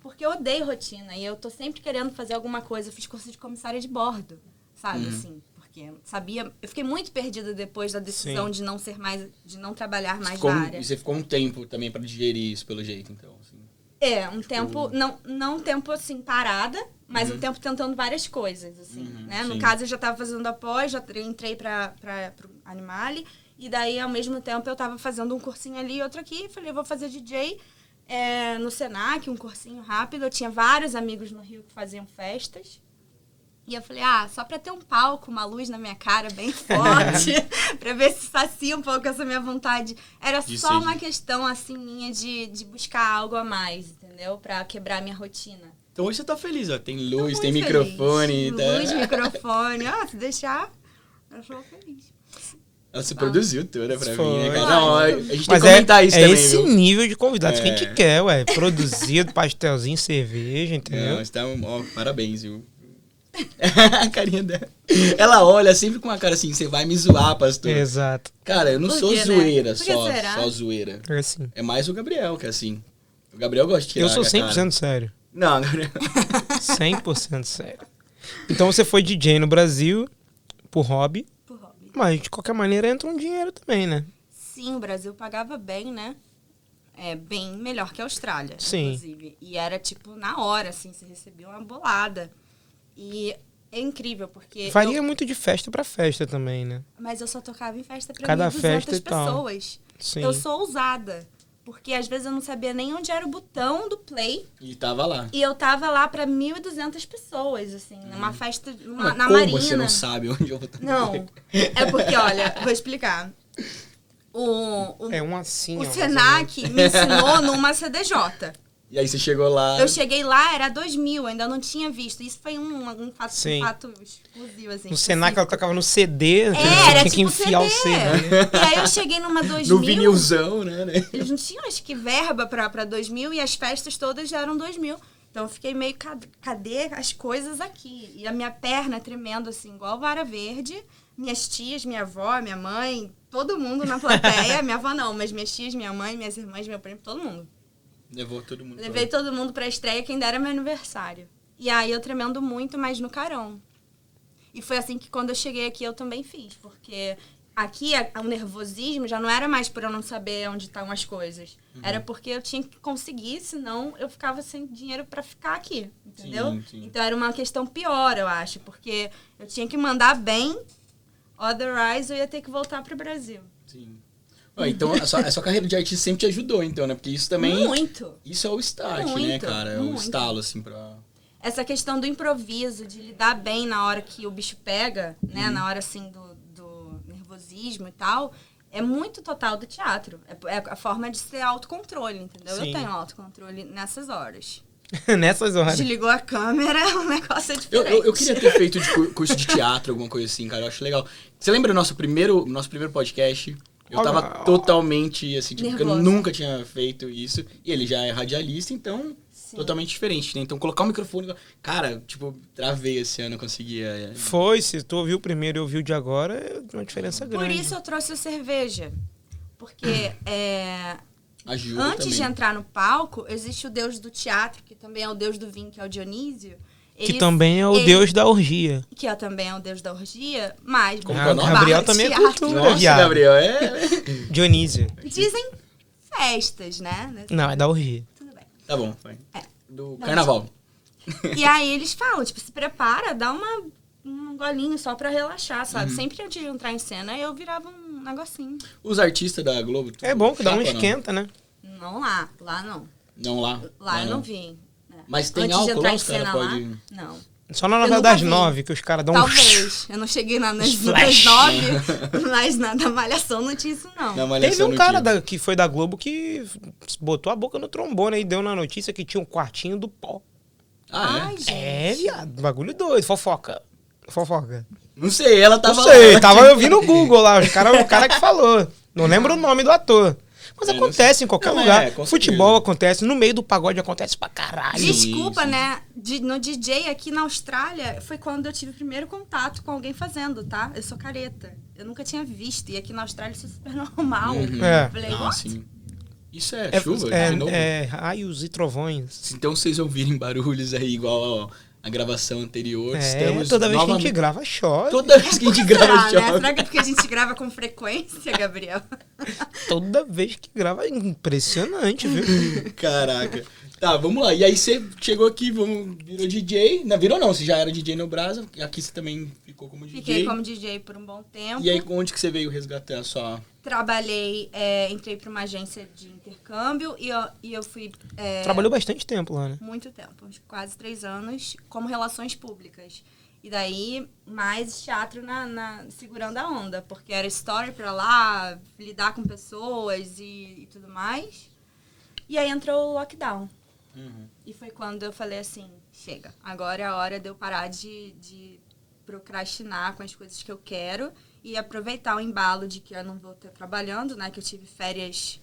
S3: Porque eu odeio rotina, e eu tô sempre querendo fazer alguma coisa. Eu fiz curso de comissária de bordo, sabe, assim. Porque sabia, eu fiquei muito perdida depois da decisão
S1: Sim.
S3: de não ser mais, de não trabalhar mais
S2: Ficou,
S3: na
S2: um-
S3: área.
S2: e você ficou um tempo também pra digerir isso, pelo jeito, então. assim.
S3: É, um tempo, não, não um tempo assim parada, mas um tempo tentando várias coisas, assim,
S2: Uhum,
S3: né? No
S2: sim.
S3: caso, eu já tava fazendo após, já tre- entrei pra, pra, pro Animale, e daí, ao mesmo tempo, eu tava fazendo um cursinho ali e outro aqui, e falei, vou fazer DJ é, no Senac, um cursinho rápido. Eu tinha vários amigos no Rio que faziam festas. E eu falei, ah, só pra ter um palco, uma luz na minha cara bem forte, pra ver se sacia um pouco essa minha vontade. Era
S2: De
S3: só
S2: ser
S3: uma questão, assim, minha de, de buscar algo a mais, entendeu? Pra quebrar a minha rotina.
S2: Então hoje você tá feliz, ó. Tem
S3: Tô
S2: luz,
S3: muito
S2: tem
S3: feliz.
S2: microfone. Tá...
S3: Luz, microfone. Ah, se deixar, eu sou feliz.
S2: Ela se produziu toda pra mim, né,
S1: Foi.
S2: cara? Não, a a gente tem
S1: Mas
S2: que
S1: é,
S2: comentar isso
S1: é
S2: também,
S1: esse
S2: viu?
S1: nível de convidados que a
S2: É.
S1: gente quer, ué. Produzido, pastelzinho, cerveja, entendeu?
S2: Não, está, um, ó, parabéns, viu? a carinha dela. Ela olha sempre com uma cara assim, você vai me zoar, pastor.
S1: Exato.
S2: Cara, eu não
S3: Por
S2: sou
S3: quê, né?
S2: zoeira,
S3: Por que
S2: só,
S3: será?
S2: só zoeira.
S1: É assim.
S2: É mais o Gabriel que é assim. O Gabriel gosta de tirar
S1: Eu sou
S2: com a cara.
S1: 100% sério.
S2: Não, Gabriel.
S1: 100% sério. Então você foi DJ no Brasil por hobby,
S3: Pro hobby.
S1: mas de qualquer maneira entra um dinheiro também, né?
S3: Sim, o Brasil pagava bem, né? É, bem melhor que a Austrália,
S1: Sim.
S3: inclusive. E era, tipo, na hora, assim, você recebia uma bolada. E é incrível, porque... eu-
S1: Varia muito de festa pra festa também, né?
S3: Mas eu só tocava em festa pra
S1: Cada
S3: 1.200
S1: festa e tal.
S3: pessoas.
S1: Sim.
S3: Eu sou ousada. porque às vezes eu não sabia nem onde era o botão do play.
S2: E tava lá.
S3: E eu tava lá pra 1.200 pessoas, assim, numa festa numa-
S2: Hum. Mas
S3: na
S2: como
S3: Marina.
S2: você não sabe onde eu vou estar?
S3: Não. É porque, olha, vou explicar. O, o,
S1: É um assim,
S3: o
S1: ó,
S3: Senac me ensinou numa CDJ.
S2: E aí você chegou lá.
S3: Eu cheguei lá, era 2000, ainda não tinha visto. Isso foi um, um, fato,
S1: Sim.
S3: um fato exclusivo, assim.
S1: No Senac ela tocava no CD,
S3: É, era
S1: tinha que
S3: tipo
S1: enfiar o né?
S3: CD.
S1: CD.
S3: E aí eu cheguei numa 2000.
S2: No vinilzão, né? né?
S3: Eles não tinham, acho que, verba pra, pra 2000 e as festas todas já eram 2000. Então eu fiquei meio, "Cad- cadê as coisas aqui? E a minha perna tremendo, assim, igual vara verde. Minhas tias, minha avó, minha mãe, todo mundo na plateia. minha avó não, mas minhas tias, minha mãe, minhas irmãs, meu primo, todo mundo.
S2: Levou todo mundo.
S3: Levei todo mundo pra estreia, quem dera meu aniversário. E aí eu tremendo muito, mas no carão. E foi assim que quando eu cheguei aqui eu também fiz, porque aqui a- o nervosismo já não era mais por eu não saber onde estão as coisas.
S2: Uhum.
S3: Era porque eu tinha que conseguir, senão eu ficava sem dinheiro pra ficar aqui, entendeu?
S2: Sim, sim.
S3: Então era uma questão pior, eu acho, porque eu tinha que mandar bem, otherwise eu ia ter que voltar pro Brasil.
S2: Sim. Ó, então, a sua, a sua carreira de artista sempre te ajudou, então, né? Porque isso também.
S3: Muito.
S2: Isso é o start, né,
S3: Muito,
S2: cara? É o
S3: muito.
S2: estalo, assim, pra.
S3: essa questão do improviso, de lidar bem na hora que o bicho pega, né?
S2: Uhum.
S3: Na hora, assim, do, do nervosismo e tal, é muito total do teatro. É, p- é a forma de ser autocontrole, entendeu?
S1: Sim.
S3: Eu tenho autocontrole nessas horas.
S1: Nessas horas.
S3: Desligou a câmera, o negócio é
S2: Eu,
S3: diferente.
S2: eu, eu queria ter feito de cu- curso de teatro, alguma coisa assim, cara. Eu acho legal. Você lembra do nosso primeiro, nosso primeiro podcast? Eu
S1: Olha-
S2: tava totalmente, assim, tipo, porque eu
S3: Nervosa.
S2: nunca tinha feito isso. E ele já é radialista, então,
S3: Sim.
S2: totalmente diferente, né? Então, colocar o microfone... Cara, tipo, travei esse ano, eu conseguia... é.
S1: Foi, se tu ouviu o primeiro e ouviu o de agora, é uma diferença
S3: Por
S1: grande.
S3: isso eu trouxe a cerveja. Porque é,
S2: Ajuda
S3: Antes
S2: Hum. também.
S3: de entrar no palco, existe o deus do teatro, que também é o deus do vinho, que é o Dionísio.
S1: Que
S3: Ele-
S1: também é o
S3: ele-
S1: deus da orgia.
S3: que é também é o deus da orgia, mas
S2: Como
S3: bar-
S2: que é o nome?
S1: Gabriel
S3: bar-
S1: também é
S3: teatro.
S1: cultura.
S2: Nossa,
S1: Viado.
S2: Gabriel, é...
S1: Dionísio.
S3: Dizem festas, né?
S1: Não, é da orgia.
S3: Tudo bem.
S2: Tá bom, vai.
S3: É.
S2: Do
S3: Não,
S2: carnaval.
S3: E aí eles falam, tipo, se prepara, dá uma, um golinho só pra relaxar,
S2: Uhum.
S3: sabe? Sempre antes de entrar em cena, eu virava um negocinho.
S2: Os artistas da Globo... tudo
S1: É bom que dá
S2: chato
S1: um
S2: ou não?
S1: esquenta, né?
S3: Não lá, lá não.
S2: Não lá.
S3: Lá eu não, vi. né?
S2: Mas tem
S3: antes de
S2: álcool lá,
S3: entrar em
S2: os caras
S3: cena lá,
S2: podem...
S3: não.
S1: Só na
S3: Eu
S1: novela
S3: nunca
S1: das
S3: vi.
S1: nove, que os caras dão um...
S3: Talvez. Eu não cheguei na, nas
S1: Flash.
S3: das nove, mas na da Malhação não tinha isso, não.
S2: Na Malhação
S1: Teve um
S2: não
S1: cara
S2: tinha.
S1: da- que foi da Globo que botou a boca no trombone e deu na notícia que tinha um quartinho do pó.
S2: Ah, é?
S3: Ai, gente.
S1: É, viado. Bagulho doido. Fofoca. Fofoca.
S2: Não sei, ela tava
S1: não sei,
S2: lá. tipo,
S1: tava eu vi no Google lá, os cara, o cara que falou. Não lembro o nome do ator. Mas
S2: É, não
S1: acontece em qualquer
S2: Ah. Não, é,
S1: lugar.
S2: com certeza.
S1: Futebol acontece, no meio do pagode acontece pra caralho.
S2: Sim,
S3: Desculpa,
S2: sim.
S3: né? De- no DJ aqui na Austrália foi quando eu tive o primeiro contato com alguém fazendo, tá? Eu sou careta. Eu nunca tinha visto. E aqui na Austrália isso é super normal.
S2: Uhum.
S1: É.
S3: Falei,
S2: Ah,
S3: "What?"
S2: sim. Isso é,
S1: É,
S2: chuva de novo?
S1: é, é, raios e trovões.
S2: Se Então vocês ouvirem barulhos aí, igual ó, a gravação anterior,
S1: É,
S2: estamos
S1: toda vez que a gente
S2: novamente-
S1: grava, chora. Toda,
S2: Toda vez que a gente grava,
S3: Será, né?
S2: chove.
S3: Será que é porque a gente grava com frequência, Gabriel?
S1: vez que grava, é impressionante, viu?
S2: Caraca. Tá, vamos lá. E aí você chegou aqui, vamos, virou DJ. Não, virou não, você já era DJ no Brasa. Aqui você também ficou como DJ.
S3: Fiquei como DJ por um bom tempo.
S2: E aí onde que você veio resgatar a sua...
S3: Trabalhei, é, entrei para uma agência de intercâmbio e eu, e eu fui é,
S1: Trabalhou bastante tempo lá, né?
S3: muito tempo, uns quase três anos, como relações públicas. E daí, mais teatro na, na- segurando a onda, porque era story pra lá, lidar com pessoas e, e tudo mais. E aí entrou o lockdown. E foi quando eu falei assim, chega, agora é a hora de eu parar de, de procrastinar com as coisas que eu quero e aproveitar o embalo de que eu não vou estar trabalhando, né? Que eu tive férias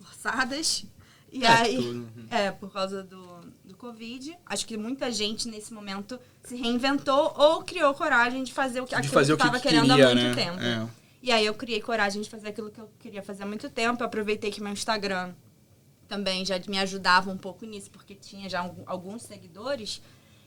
S3: forçadas. E
S2: É,
S3: aí.
S2: tu- uhum.
S3: É, por causa do, do Covid. Acho que muita gente nesse momento se reinventou ou criou coragem de fazer o que,
S2: de
S3: aquilo
S2: fazer
S3: que
S2: o que
S3: estava querendo
S2: queria,
S3: há
S2: né?
S3: muito tempo.
S2: É.
S3: E aí eu criei coragem de fazer aquilo que eu queria fazer há muito tempo. Eu aproveitei que meu Instagram também já me ajudava um pouco nisso, porque tinha já algu- alguns seguidores.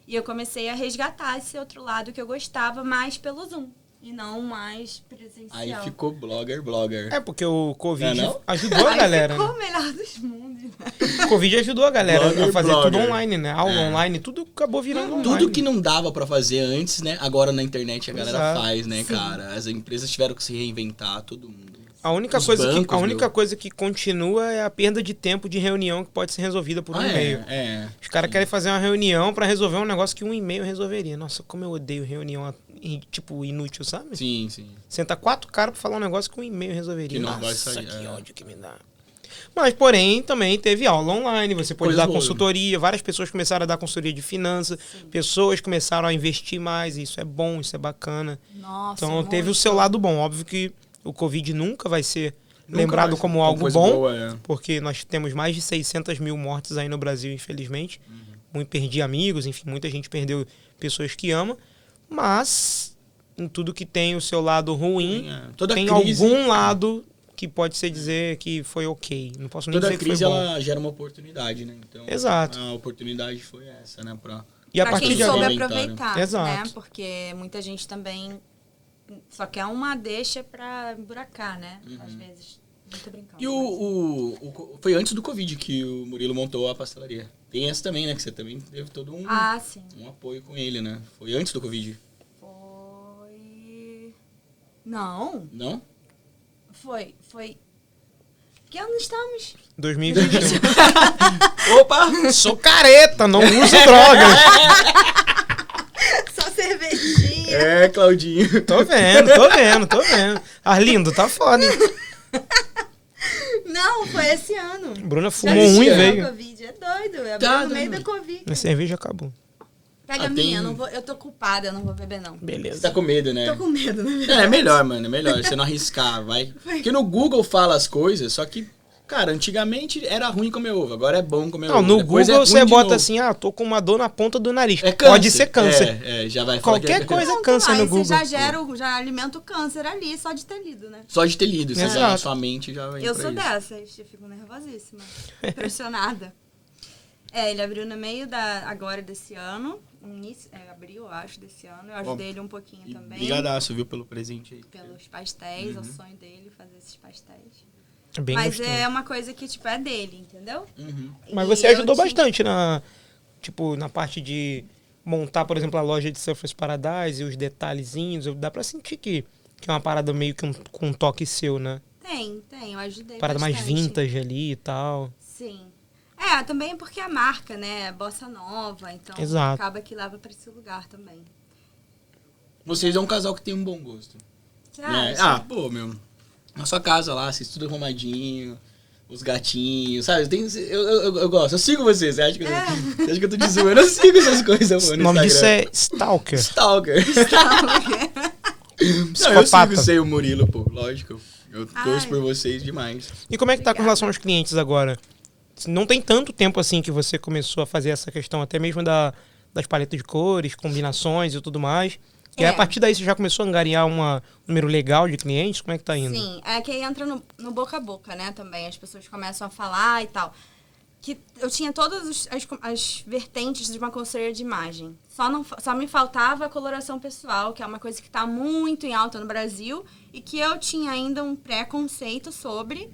S3: E eu comecei a resgatar esse outro lado que eu gostava mais pelo Zoom. E não mais presencial.
S2: Aí ficou blogger, blogger.
S1: É, porque o Covid
S2: Não é não?
S1: ajudou a galera.
S3: ficou
S1: né?
S3: o melhor dos mundos. né?
S1: O Covid ajudou a galera
S2: Blogger,
S1: a fazer tudo
S2: blogger.
S1: online, né? Aula online, tudo acabou virando online.
S2: Tudo que É. não dava pra fazer antes, né? Agora na internet a galera
S1: Exato.
S2: faz, né,
S3: Sim.
S2: cara? As empresas tiveram que se reinventar, todo mundo.
S1: A única,
S2: Os
S1: coisa, que,
S2: bancos,
S1: a
S2: meu.
S1: única coisa que continua é a perda de tempo de reunião que pode ser resolvida por um
S2: Ah,
S1: e-mail.
S2: é, é.
S1: Os caras querem fazer uma reunião pra resolver um negócio que um e-mail resolveria. Nossa, como eu odeio reunião, i- tipo, inútil, sabe?
S2: Sim, sim.
S1: Senta quatro caras pra falar um negócio que um e-mail resolveria.
S2: Que não vai
S1: Nossa,
S2: sair,
S1: que
S2: é.
S1: ódio que me dá. Mas, porém, também teve aula online, você pôde
S2: Coisa
S1: dar
S2: boa.
S1: consultoria, várias pessoas começaram a dar consultoria de finanças, pessoas começaram a investir mais, e isso é bom, isso é bacana.
S3: Nossa. é
S1: Então
S3: muito.
S1: teve o seu lado bom. Óbvio que o Covid nunca vai ser
S2: Nunca
S1: lembrado
S2: mais.
S1: como
S2: Uma
S1: algo
S2: coisa
S1: bom, hum,
S2: boa, é.
S1: porque nós temos mais de 600 mil mortes aí no Brasil, infelizmente. Muito perdi amigos, enfim, muita gente perdeu pessoas que ama. Mas em tudo que tem o seu lado ruim,
S2: É. Toda
S1: tem
S2: crise,
S1: algum lado que pode ser dizer que foi ok. Não posso nem
S2: toda
S1: dizer que
S2: crise
S1: foi bom.
S2: ela gera uma oportunidade, né? Então,
S1: Exato.
S2: A oportunidade foi essa, né? Pra...
S1: E a
S3: pra
S1: partir
S3: quem
S1: de
S3: soube
S1: agora.
S2: agora-
S3: aproveitar,
S1: Exato.
S3: né? Porque muita gente também só quer uma deixa pra emburacar, né? Às
S1: Uhum.
S3: vezes. Muito brincando.
S2: E o, o- o co- Foi antes do Covid que o Murilo montou a pastelaria. Tem essa também, né? Que você também teve todo
S1: Hum.
S2: um,
S3: Ah, sim.
S2: um apoio com ele, né? Foi antes do Covid.
S3: Foi. Não,
S2: Não?
S3: foi. Foi. Que ano estamos?
S1: 2021.
S2: Opa!
S1: Sou careta, não uso drogas.
S3: Só cervejinha.
S2: é, Claudinho.
S1: Tô vendo, tô vendo, tô vendo. Arlindo, tá foda, hein?
S3: Não, foi esse ano.
S1: Bruna
S3: Já
S1: fumou um
S2: existia,
S1: e
S3: existia
S1: veio.
S3: a Covid. É doido. É
S2: Tá
S3: no meio
S2: doido.
S3: da Covid.
S1: A cerveja acabou.
S3: Pega
S2: Ah,
S3: a minha,
S2: tem-
S3: não vou, eu tô culpada, eu não vou beber, não.
S2: Você tá
S1: Beleza.
S2: com medo, né?
S3: Tô com medo, né?
S2: É, é melhor, mano. É melhor você não arriscar, vai. Porque no Google fala as coisas, só que, cara, antigamente era ruim comer ovo, agora é bom comer
S1: Não,
S2: ovo.
S1: no
S2: Depois
S1: Google
S2: é ruim
S1: você
S2: de
S1: bota
S2: novo.
S1: assim, ah, tô com uma dor na ponta do nariz.
S2: É câncer.
S1: Pode ser câncer.
S2: É, é, já vai falar que
S1: Qualquer
S2: é
S1: coisa
S3: Pronto,
S1: cansa
S3: aí
S1: no
S3: você
S1: Google.
S3: Já gera, o- já alimenta o câncer ali, só de ter lido, né?
S2: Só de ter lido, você
S1: Exato.
S2: já, sua mente já vai
S3: Eu
S2: pra
S3: sou
S2: isso.
S3: dessas, eu fico nervosíssima, pressionada. É, ele abriu no meio da agora desse ano, início, é, abril, eu acho, desse ano. Eu ajudei ele um pouquinho
S2: E
S3: também.
S2: Brigadaço, viu, pelo presente aí.
S3: Pelos pastéis, é o sonho dele fazer esses pastéis.
S1: É Uhum. Bem
S3: Mas
S1: gostoso.
S3: é uma coisa que, tipo, é dele, entendeu?
S2: Uhum.
S1: Mas
S3: E
S1: você
S3: eu
S1: ajudou
S3: te-
S1: bastante na, tipo, na parte de montar, por exemplo, a loja de Surfers Paradise e os detalhezinhos. Eu- Dá pra sentir que, que é uma parada meio que um- com um toque seu, né?
S3: Tem, tem, eu ajudei
S1: Parada mais
S3: É bastante.
S1: vintage ali e tal.
S3: Sim. É, também porque a marca, né, é bossa nova, então
S1: Exato.
S3: acaba que leva pra esse lugar também.
S2: Vocês é um casal que tem um bom gosto.
S3: Você
S1: É,
S2: né?
S3: acha?
S2: Ah, pô, meu. Na sua casa lá, vocês tudo arrumadinho, os gatinhos, sabe? Tem, eu, eu, eu- eu gosto, eu sigo vocês, você acha que eu,
S3: É.
S2: você acha que eu tô te zoando? Eu sigo essas coisas,
S1: O
S2: mano. no
S1: nome disso
S2: Instagram.
S1: é Stalker.
S2: Stalker.
S3: né?
S2: Não, eu
S1: Psicopata.
S2: sigo sei o Murilo, pô, lógico. Eu torço
S3: Ai.
S2: por vocês demais.
S1: E como é que tá com
S3: Obrigada.
S1: relação aos clientes agora? Não tem tanto tempo assim que você começou a fazer essa questão, até mesmo da, das paletas de cores, combinações e tudo mais. E aí,
S3: É.
S1: a partir daí você já começou a angariar uma- um número legal de clientes? Como é que tá indo?
S3: Sim, é que aí entra no, no boca a boca, né, também. As pessoas começam a falar e tal. Que eu tinha todas os- as, co- as vertentes de uma consultoria de imagem. Só, não, fa- só me faltava a coloração pessoal, que é uma coisa que tá muito em alta no Brasil e que eu tinha ainda um preconceito sobre,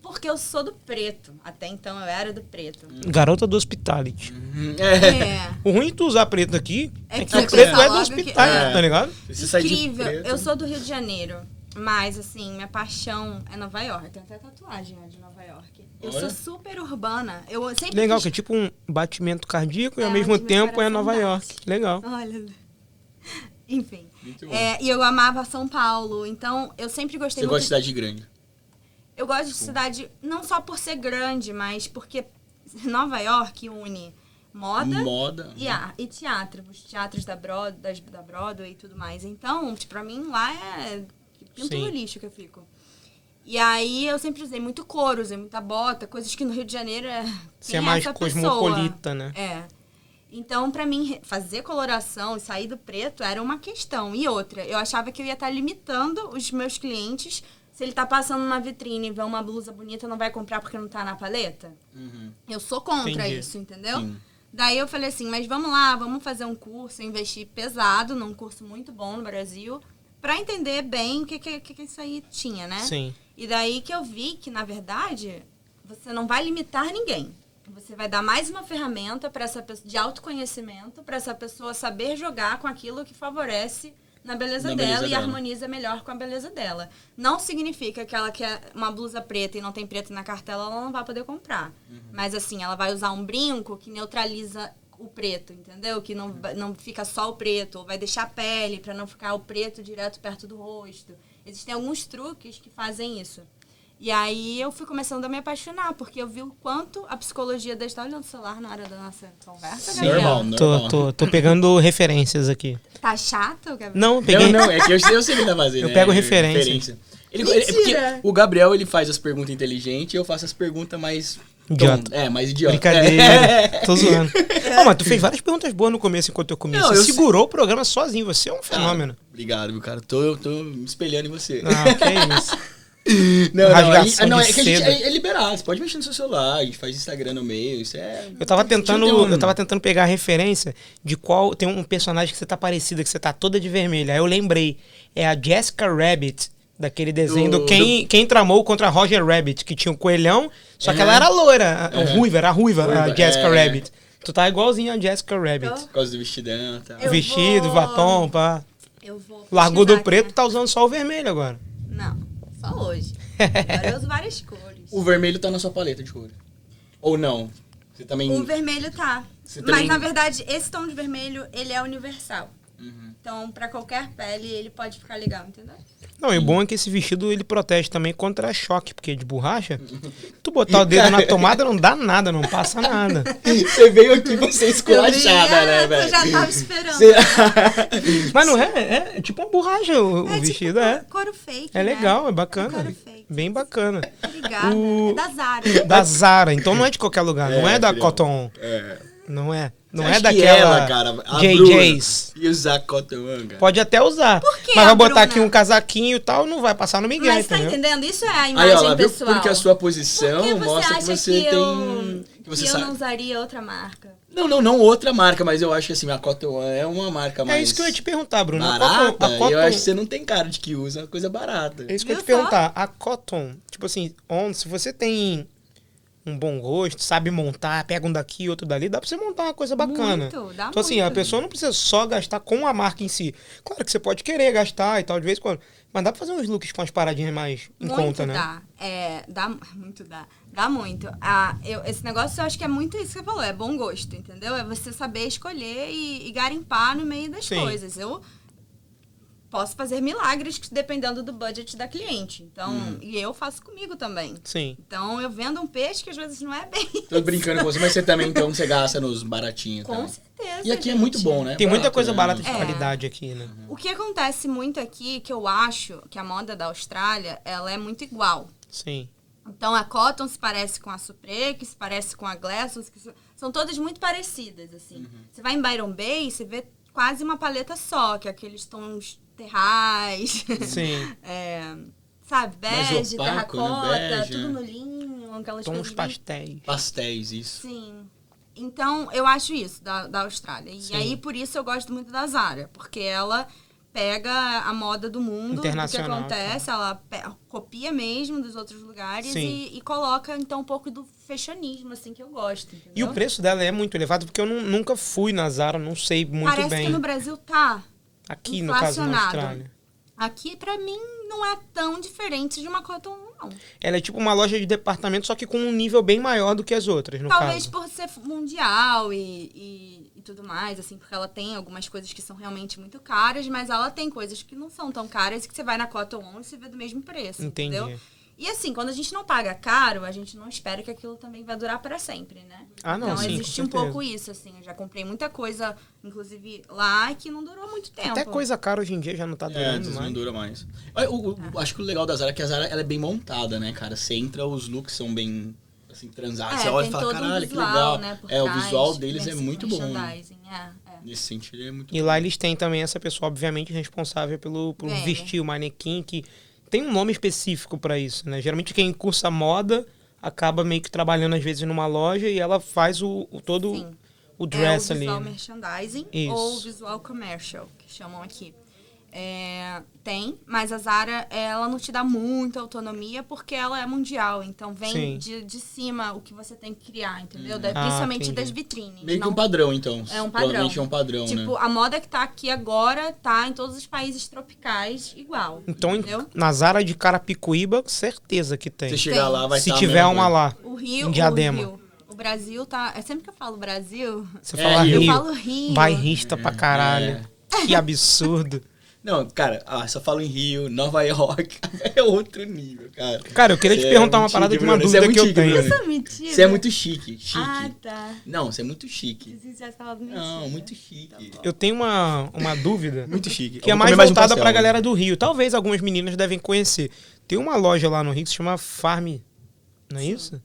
S3: porque eu sou do preto. Até então eu era do preto.
S1: Garota do Hospitality.
S2: É.
S3: É.
S1: O ruim de tu usar preto aqui é
S3: É
S1: que
S3: que
S1: o
S3: você
S1: preto
S3: pensa
S1: é do
S3: logo que-
S1: Hospitality,
S2: É.
S1: tá ligado?
S2: Você sai de
S3: Incrível.
S2: preto.
S3: Eu sou do Rio de Janeiro, mas assim, minha paixão é Nova York. Eu tenho até tatuagem ó, de Nova York. Eu
S2: Olha.
S3: sou super urbana. Eu sempre
S1: Legal, que é
S3: quis...
S1: tipo um batimento cardíaco e ao
S3: É,
S1: mesmo
S3: onde meu
S1: tempo é
S3: coração
S1: Nova
S3: bate.
S1: York. Legal.
S3: Olha. Enfim.
S2: Muito bom.
S3: É, e eu amava São Paulo, então eu sempre
S2: Você
S3: gostei
S2: gosta
S3: muito.
S2: de cidade grande.
S3: Eu gosto de cidade não só por ser grande, mas porque Nova York une moda
S2: Moda.
S3: E, a, e teatro, os teatros da, Broad, das, da Broadway e tudo mais. Então, tipo, pra mim lá é pinto no
S1: Sim.
S3: lixo que eu fico. E aí eu sempre usei muito couro, usei muita bota, coisas que no Rio de Janeiro é.
S1: Você
S3: quem
S1: é mais
S3: essa
S1: cosmopolita, né?
S3: pessoa? É. Então, pra mim, re- fazer coloração e sair do preto era uma questão. E outra, eu achava que eu ia estar limitando os meus clientes. Se ele tá passando numa vitrine e vê uma blusa bonita, não vai comprar porque não tá na paleta?
S2: Uhum.
S3: Eu sou contra
S1: Entendi.
S3: isso, entendeu?
S2: Sim.
S3: Daí eu falei assim, mas vamos lá, vamos fazer um curso, eu investi pesado num curso muito bom no Brasil, pra entender bem o que, que, que que isso aí tinha, né?
S1: Sim.
S3: E daí que eu vi que, na verdade, você não vai limitar ninguém. Você vai dar mais uma ferramenta para essa pessoa de autoconhecimento, pra essa pessoa saber jogar com aquilo que favorece na beleza
S2: Na
S3: dela
S2: beleza
S3: e
S2: dela.
S3: harmoniza melhor com a beleza dela. Não significa que ela quer uma blusa preta e não tem preto na cartela, ela não vai poder comprar.
S1: Uhum.
S3: Mas assim, ela vai usar um brinco que neutraliza o preto, entendeu? Que
S1: Uhum.
S3: não, va- não fica só o preto, ou vai deixar a pele pra não ficar o preto direto perto do rosto. Existem alguns truques que fazem isso. E aí eu fui começando a me apaixonar, porque eu vi o quanto a psicologia da está olhando o celular na hora da nossa conversa, Gabriel.
S2: Normal,
S1: Tô,
S2: normal.
S1: tô, tô pegando referências aqui.
S3: Tá chato, Gabriel?
S1: Não, peguei.
S2: Não, não, é que eu, sei- eu sei o que ele tá fazendo.
S1: Eu
S2: né?
S1: pego referência.
S2: Ele, ele- é porque
S3: Mentira.
S2: o Gabriel ele faz as perguntas inteligentes e eu faço as perguntas mais.
S1: Idiota.
S2: É, mais idiota.
S1: Brincadeira. né?
S2: É.
S1: Tô zoando. Não, mas tu fez várias perguntas boas no começo enquanto eu comia.
S2: Não,
S1: Você
S2: eu Ah.
S1: segurou o programa sozinho. Você é um fenômeno.
S2: Obrigado, meu cara. Tô, eu tô me espelhando em você.
S1: Ah, que isso.
S2: Não, não,
S1: Rasgação
S2: ali- ah, não, é
S1: de
S2: que a gente
S1: seda.
S2: é, é liberado. Você pode mexer no seu celular, a gente faz Instagram no meio, isso é.
S1: Eu tava tentando,
S2: Não tem um-
S1: eu tava tentando pegar a referência de qual tem um personagem que você tá parecida, que você tá toda de vermelho. Aí eu lembrei, é a Jessica Rabbit, daquele desenho do,
S2: Do-
S1: quem, quem tramou contra Roger Rabbit, que tinha um coelhão, só que ela era loira, a-
S2: Uhum. É.
S1: ruiva, era ruiva, a
S2: Ruiva,
S1: Jessica
S2: é.
S1: Rabbit. Tu tá igualzinho a Jessica Rabbit.
S2: Por causa do vestidão tá? e tal.
S3: Então, Eu
S1: Vestido,
S3: vou-
S1: batom, pá.
S3: Eu vou.
S1: Largou do
S3: pesquisar
S1: preto,
S3: aqui,
S1: tá usando só o vermelho agora.
S3: né? Não, só hoje. Agora eu uso várias cores.
S2: O vermelho tá na sua paleta de cor. Ou não? Você também.
S3: O vermelho tá.
S2: Você
S3: Mas
S2: também-
S3: na verdade, esse tom de vermelho, ele é universal.
S2: Uhum.
S3: Então, pra qualquer pele, ele pode ficar legal, entendeu?
S1: Não, e o bom é que esse vestido ele protege também contra choque, porque de borracha, tu botar o dedo na tomada não dá nada, não passa nada.
S2: Você veio aqui pra ser
S3: Eu
S2: esculachada, né,
S3: ia-
S2: velho?
S3: Eu já tava esperando.
S2: Você-
S1: Mas não é? É tipo uma borracha o, o
S3: tipo
S1: vestido, é.
S3: couro fake.
S1: É
S3: né?
S1: legal, é
S3: É um
S1: bacana.
S3: couro fake.
S1: Bem bacana.
S3: Obrigada.
S1: O-
S3: É da Zara.
S1: Da Zara, então não é de qualquer lugar, não é,
S2: É,
S1: da
S2: filhão.
S1: Cotton.
S2: É.
S1: Não é. Não
S2: Acho
S1: é
S2: que
S1: daquela
S2: ela, cara, a
S1: JJ's.
S2: Bruna, E usar cotomanga.
S1: Pode até usar.
S3: que
S1: mas
S3: a
S1: vai botar
S3: Bruna?
S1: aqui um casaquinho e tal, não vai passar no Miguel,
S3: Mas tá
S1: entendeu?
S3: entendendo? Isso é a
S2: Aí,
S3: imagem
S2: ó, ela viu
S3: pessoal.
S2: porque a sua posição
S3: Por que você
S2: mostra
S3: acha
S2: que você tem.
S3: eu,
S2: que você
S3: eu
S2: sabe.
S3: não usaria outra marca?
S2: Não, não, não outra marca, mas eu acho que assim, a Cotton One é uma marca mais.
S1: É isso que eu ia te perguntar, Bruno. A
S2: Barata,
S1: Cotton- a Cotton-
S2: eu acho que você não tem cara de que usa uma coisa barata.
S1: É isso que eu ia te
S3: Viu só?
S1: perguntar. A Cotton, tipo assim, on, se você tem um bom gosto, sabe montar, pega um daqui, outro dali, dá pra você montar uma coisa bacana.
S3: Muito, dá
S1: então, assim, a
S3: muito.
S1: pessoa não precisa só gastar com a marca em si. Claro que você pode querer gastar e tal, de vez em quando. Mas dá pra fazer uns looks com as paradinhas mais em
S3: muito
S1: conta, né?
S3: dá. É, dá. Muito dá. Dá muito. Ah, eu, esse negócio eu acho que é muito isso que você falou. É bom gosto, entendeu? É você saber escolher e, e garimpar no meio das
S1: Sim.
S3: coisas. Eu posso fazer milagres que- dependendo do budget da cliente. Então,
S2: Hum.
S3: e eu faço comigo também.
S1: Sim.
S3: Então, eu vendo um peixe que às vezes não é bem.
S2: Tô brincando com você, mas você também, então, você gasta nos baratinhos.
S3: Com
S2: tá?
S3: certeza.
S2: E aqui é
S3: gente.
S2: muito bom, né?
S1: Tem muita
S2: Barato,
S1: coisa
S2: né?
S1: barata de
S3: É.
S1: qualidade aqui, né?
S3: O que acontece muito aqui, que eu acho que a moda da Austrália, ela é muito igual.
S1: Sim.
S3: Então a Cotton se parece com a Supre, que se parece com a Glassons, que so- são todas muito parecidas, assim.
S2: Uhum.
S3: Você vai em Byron Bay, você vê quase uma paleta só, que é aqueles tons terrais,
S1: Sim.
S3: é, sabe,
S2: Mais
S3: bege,
S2: opaco, né?
S3: terracota,
S2: Bege,
S3: tudo
S2: né?
S3: no linho, aquelas
S1: Tons
S3: coisas bem
S1: pastéis.
S2: Pastéis, isso.
S3: Sim. Então, eu acho isso da, da Austrália. E
S1: Sim.
S3: aí, por isso, eu gosto muito da Zara, porque ela pega a moda do mundo, do que
S1: Internacional,
S3: acontece, ela pe- copia mesmo dos outros lugares
S1: Sim.
S3: e, e coloca, então, um pouco do fashionismo, assim, que eu gosto.
S1: E o
S3: entendeu?
S1: preço dela é muito elevado, porque eu nu- nunca fui na Zara, não sei muito
S3: Parece
S1: bem.
S3: que no Brasil tá.
S1: Aqui, no caso, na
S3: inflacionado.
S1: Austrália.
S3: Aqui, pra mim, não é tão diferente de uma Cotton On, não.
S1: Ela é tipo uma loja de departamento, só que com um nível bem maior do que as outras, no
S3: Talvez
S1: caso.
S3: por ser mundial e, e, e tudo mais, assim, porque ela tem algumas coisas que são realmente muito caras, mas ela tem coisas que não são tão caras e que você vai na Cotton On e você vê do mesmo preço,
S1: Entendi.
S3: entendeu? E assim, quando a gente não paga caro, a gente não espera que aquilo também vai durar para sempre, né?
S1: Ah, não,
S3: então
S1: sim, com
S3: existe um
S1: certeza.
S3: pouco isso, assim. Eu já comprei muita coisa, inclusive lá, que não durou muito tempo.
S1: Até coisa cara hoje em dia já não tá
S2: É,
S1: durando
S2: antes não
S1: mais.
S2: dura mais. Olha, o- o- acho que o legal da Zara é que a Zara ela é bem montada, né, cara? Você entra, os looks são bem assim,
S3: É,
S2: transados. você olha e
S3: tem
S2: fala,
S3: todo um
S2: caralho, que
S3: visual,
S2: legal.
S3: né, por
S2: é, o
S3: trás,
S2: visual deles é
S3: merchan-
S2: muito bom. né?
S3: merchandising, É, é.
S2: Nesse sentido, ele é muito
S1: E lá eles têm também essa pessoa, obviamente, responsável pelo, pelo
S3: Bem.
S1: vestir o manequim, que tem um nome específico pra isso, né? Geralmente quem cursa moda acaba meio que trabalhando às vezes numa loja e ela faz o, o todo
S3: Sim.
S1: o dress
S3: é o
S1: ali.
S3: visual
S1: né?
S3: merchandising
S1: Isso.
S3: ou visual commercial, que chamam aqui. É, tem, mas a Zara, ela não te dá muita autonomia porque ela é mundial. Então
S1: Sim.
S3: vem de, de cima o que você tem que criar, entendeu? Da-
S1: Ah,
S3: principalmente
S1: entendi.
S3: das vitrines.
S2: Hum. Meio que
S3: não-
S2: um padrão, então.
S3: É um padrão.
S2: Provavelmente é um padrão,
S3: tipo,
S2: né?
S3: a moda que tá aqui agora tá em todos os países tropicais igual.
S1: Então, em-
S3: entendeu?
S1: na Zara de Carapicuíba, certeza que tem.
S2: Você chegar lá, vai
S1: Se
S2: tá a
S1: tiver
S2: mesma
S1: uma
S2: coisa.
S1: lá,
S3: O Rio,
S1: Em Diadema.
S3: o Rio. O Brasil tá. É sempre que eu falo Brasil,
S1: você
S2: É,
S1: fala
S2: Rio.
S1: Rio,
S3: eu falo Rio.
S1: bairrista pra caralho.
S2: É.
S1: Que absurdo.
S2: Não, cara, ah, só falo em Rio, Nova York. é outro nível, cara.
S1: Cara, eu queria te
S2: Você é
S1: perguntar uma
S2: muito
S1: parada
S2: chique,
S1: de uma
S2: Bruno. Você é
S1: dúvida que eu
S2: muito chique,
S1: tenho.
S2: Bruno.
S3: Isso é mentira.
S2: Você é muito chique, chique.
S3: Ah, tá.
S2: Não, você é muito chique.
S3: Vocês já falaram mentira.
S2: Não, muito chique.
S1: Eu tenho uma, uma dúvida
S2: Muito chique.
S1: que é
S2: Eu vou
S1: mais
S2: comer
S1: voltada
S2: pastel,
S1: pra
S2: né?
S1: galera do Rio. Talvez algumas meninas devem conhecer. Tem uma loja lá no Rio que se chama Farm, não é isso?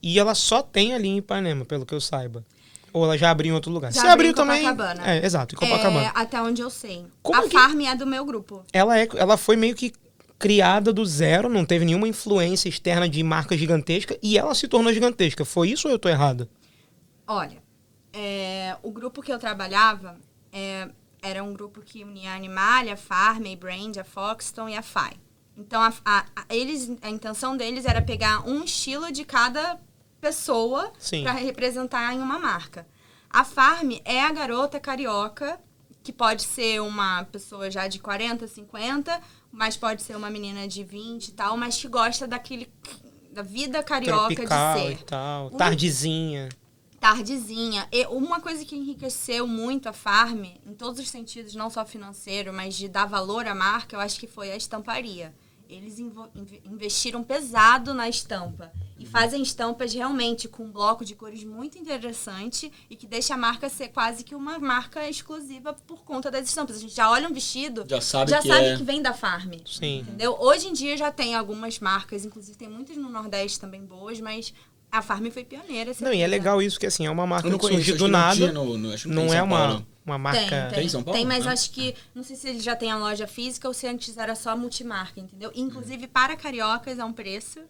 S1: E ela só tem ali em Ipanema, pelo que eu saiba. Ou ela já abriu em outro lugar.
S3: Já
S1: Se abriu
S3: abriu em
S1: também.
S3: Copacabana.
S1: É, exato, em Copacabana.
S3: É, até onde eu sei.
S1: Como
S3: a
S1: que-
S3: farm é do meu grupo.
S1: ela, é, ela foi meio que criada do zero, não teve nenhuma influência externa de marca gigantesca e ela se tornou gigantesca. Foi isso ou eu tô errado?
S3: Olha, é, o grupo que eu trabalhava é, era um grupo que unia a Animalia, a Farm, a Brand, a Foxton e a FI. Então, a, a- a- eles, a intenção deles era pegar um estilo de cada pessoa
S1: Sim.
S3: para representar em uma marca. A Farm é a garota carioca, que pode ser uma pessoa já de 40, 50, mas pode ser uma menina de 20 e tal, mas que gosta daquele da vida carioca
S1: Tropical
S3: de ser
S1: e tal.
S3: Ui.
S1: Tardezinha.
S3: tardezinha. E uma coisa que enriqueceu muito a Farm, em todos os sentidos, não só financeiro, mas de dar valor à marca, eu acho que foi a estamparia. Eles invo- inve- investiram pesado na estampa. E fazem estampas realmente com um bloco de cores muito interessante e que deixa a marca ser quase que uma marca exclusiva por conta das estampas. A gente já olha um vestido,
S2: Já sabe
S3: já
S2: que
S3: sabe
S2: é.
S3: que vem da Farm.
S1: Sim.
S3: Entendeu? Hoje em dia já tem algumas marcas, inclusive tem muitas no Nordeste também boas, mas a Farm foi pioneira.
S1: Não, e é
S3: certeza.
S1: legal isso, que assim, é uma marca
S2: Eu não
S1: que
S2: conheço,
S1: surgiu
S2: acho
S1: do
S2: que não tinha
S1: nada.
S2: no- no- acho que
S1: Não
S2: tem em
S1: é
S2: São
S1: uma,
S2: Paulo.
S1: uma marca.
S3: Tem,
S2: Tem
S3: tem.
S2: em São Paulo?
S3: Tem, mas
S2: Né?
S3: acho que. Não sei se ele já tem a loja física ou se antes era só multimarca, entendeu? Inclusive, para cariocas é um preço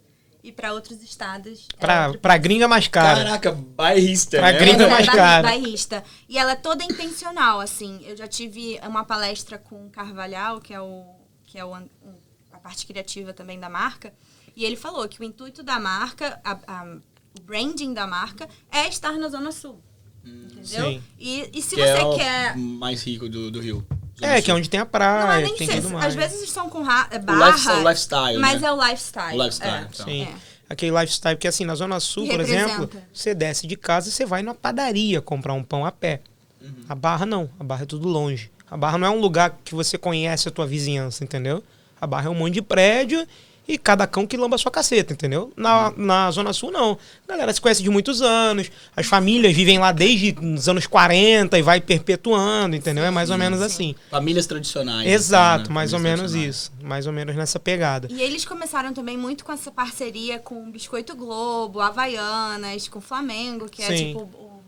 S3: e para outros estados. é
S1: Pra,
S3: outro
S1: pra gringa mais cara.
S2: Caraca, bairrista,
S1: Pra
S2: né?
S1: gringa-
S3: ela
S1: mais
S3: é ba-
S1: cara.
S3: bairrista. E ela é toda intencional, assim. Eu já tive uma palestra com o Carvalhal, que é, o, que é o, an- o- a parte criativa também da marca. E ele falou que o intuito da marca, a- a- o branding da marca, é estar na Zona Sul. Entendeu?
S1: Sim.
S3: E, e se
S2: Hum. Que
S3: você
S2: é o
S3: quer.
S2: mais rico do, do Rio. Zona
S1: É, que é
S2: Sul.
S1: onde tem a
S3: Não é
S1: praia,
S3: nem
S1: tem
S3: ser.
S1: tudo mais.
S3: Às vezes estão com ra-
S2: O
S3: barra.
S2: lifestyle, o lifestyle,
S3: mas
S2: né?
S3: é o lifestyle.
S2: O lifestyle,
S3: é.
S2: então.
S1: Sim.
S3: É.
S1: Aquele lifestyle, porque assim, na Zona Sul, por
S3: Representa.
S1: exemplo, você desce de casa e você vai numa padaria comprar um pão a pé.
S2: Uhum.
S1: A Barra não, a Barra é tudo longe. A Barra não é um lugar que você conhece a tua vizinhança, entendeu? A Barra é um monte de prédio e cada cão que lamba a sua caceta, entendeu? Na,
S2: Uhum.
S1: na Zona Sul, não. A galera se conhece de muitos anos, as famílias vivem lá desde os anos 40 e vai perpetuando, entendeu? É mais ou menos assim.
S2: Famílias tradicionais.
S1: Exato,
S2: assim, né?
S1: mais ou
S2: Famílias
S1: menos
S2: tradicionais.
S1: isso. Mais ou menos nessa pegada.
S3: E eles começaram também muito com essa parceria com o Biscoito Globo, Havaianas, com o Flamengo, que é
S1: Sim.
S3: tipo. o-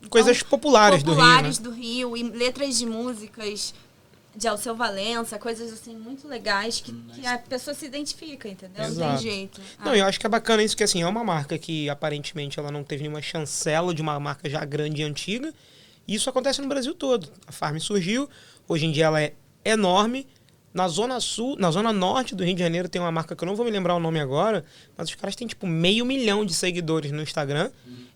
S3: então,
S1: Coisas populares,
S3: populares
S1: do Rio. né?
S3: do Rio. e letras de músicas de Alceu Valença, coisas assim muito legais que, que a pessoa se identifica, entendeu? Não
S1: Exato.
S3: tem jeito. Ah.
S1: Né? Não, eu acho que é bacana isso, que assim, é uma marca que aparentemente ela não teve nenhuma chancela de uma marca já grande e antiga. E isso acontece no Brasil todo. A Farm surgiu, hoje em dia ela é enorme. Na zona sul, na zona norte do Rio de Janeiro tem uma marca que eu não vou me lembrar o nome agora, mas os caras têm tipo meio milhão de seguidores no Instagram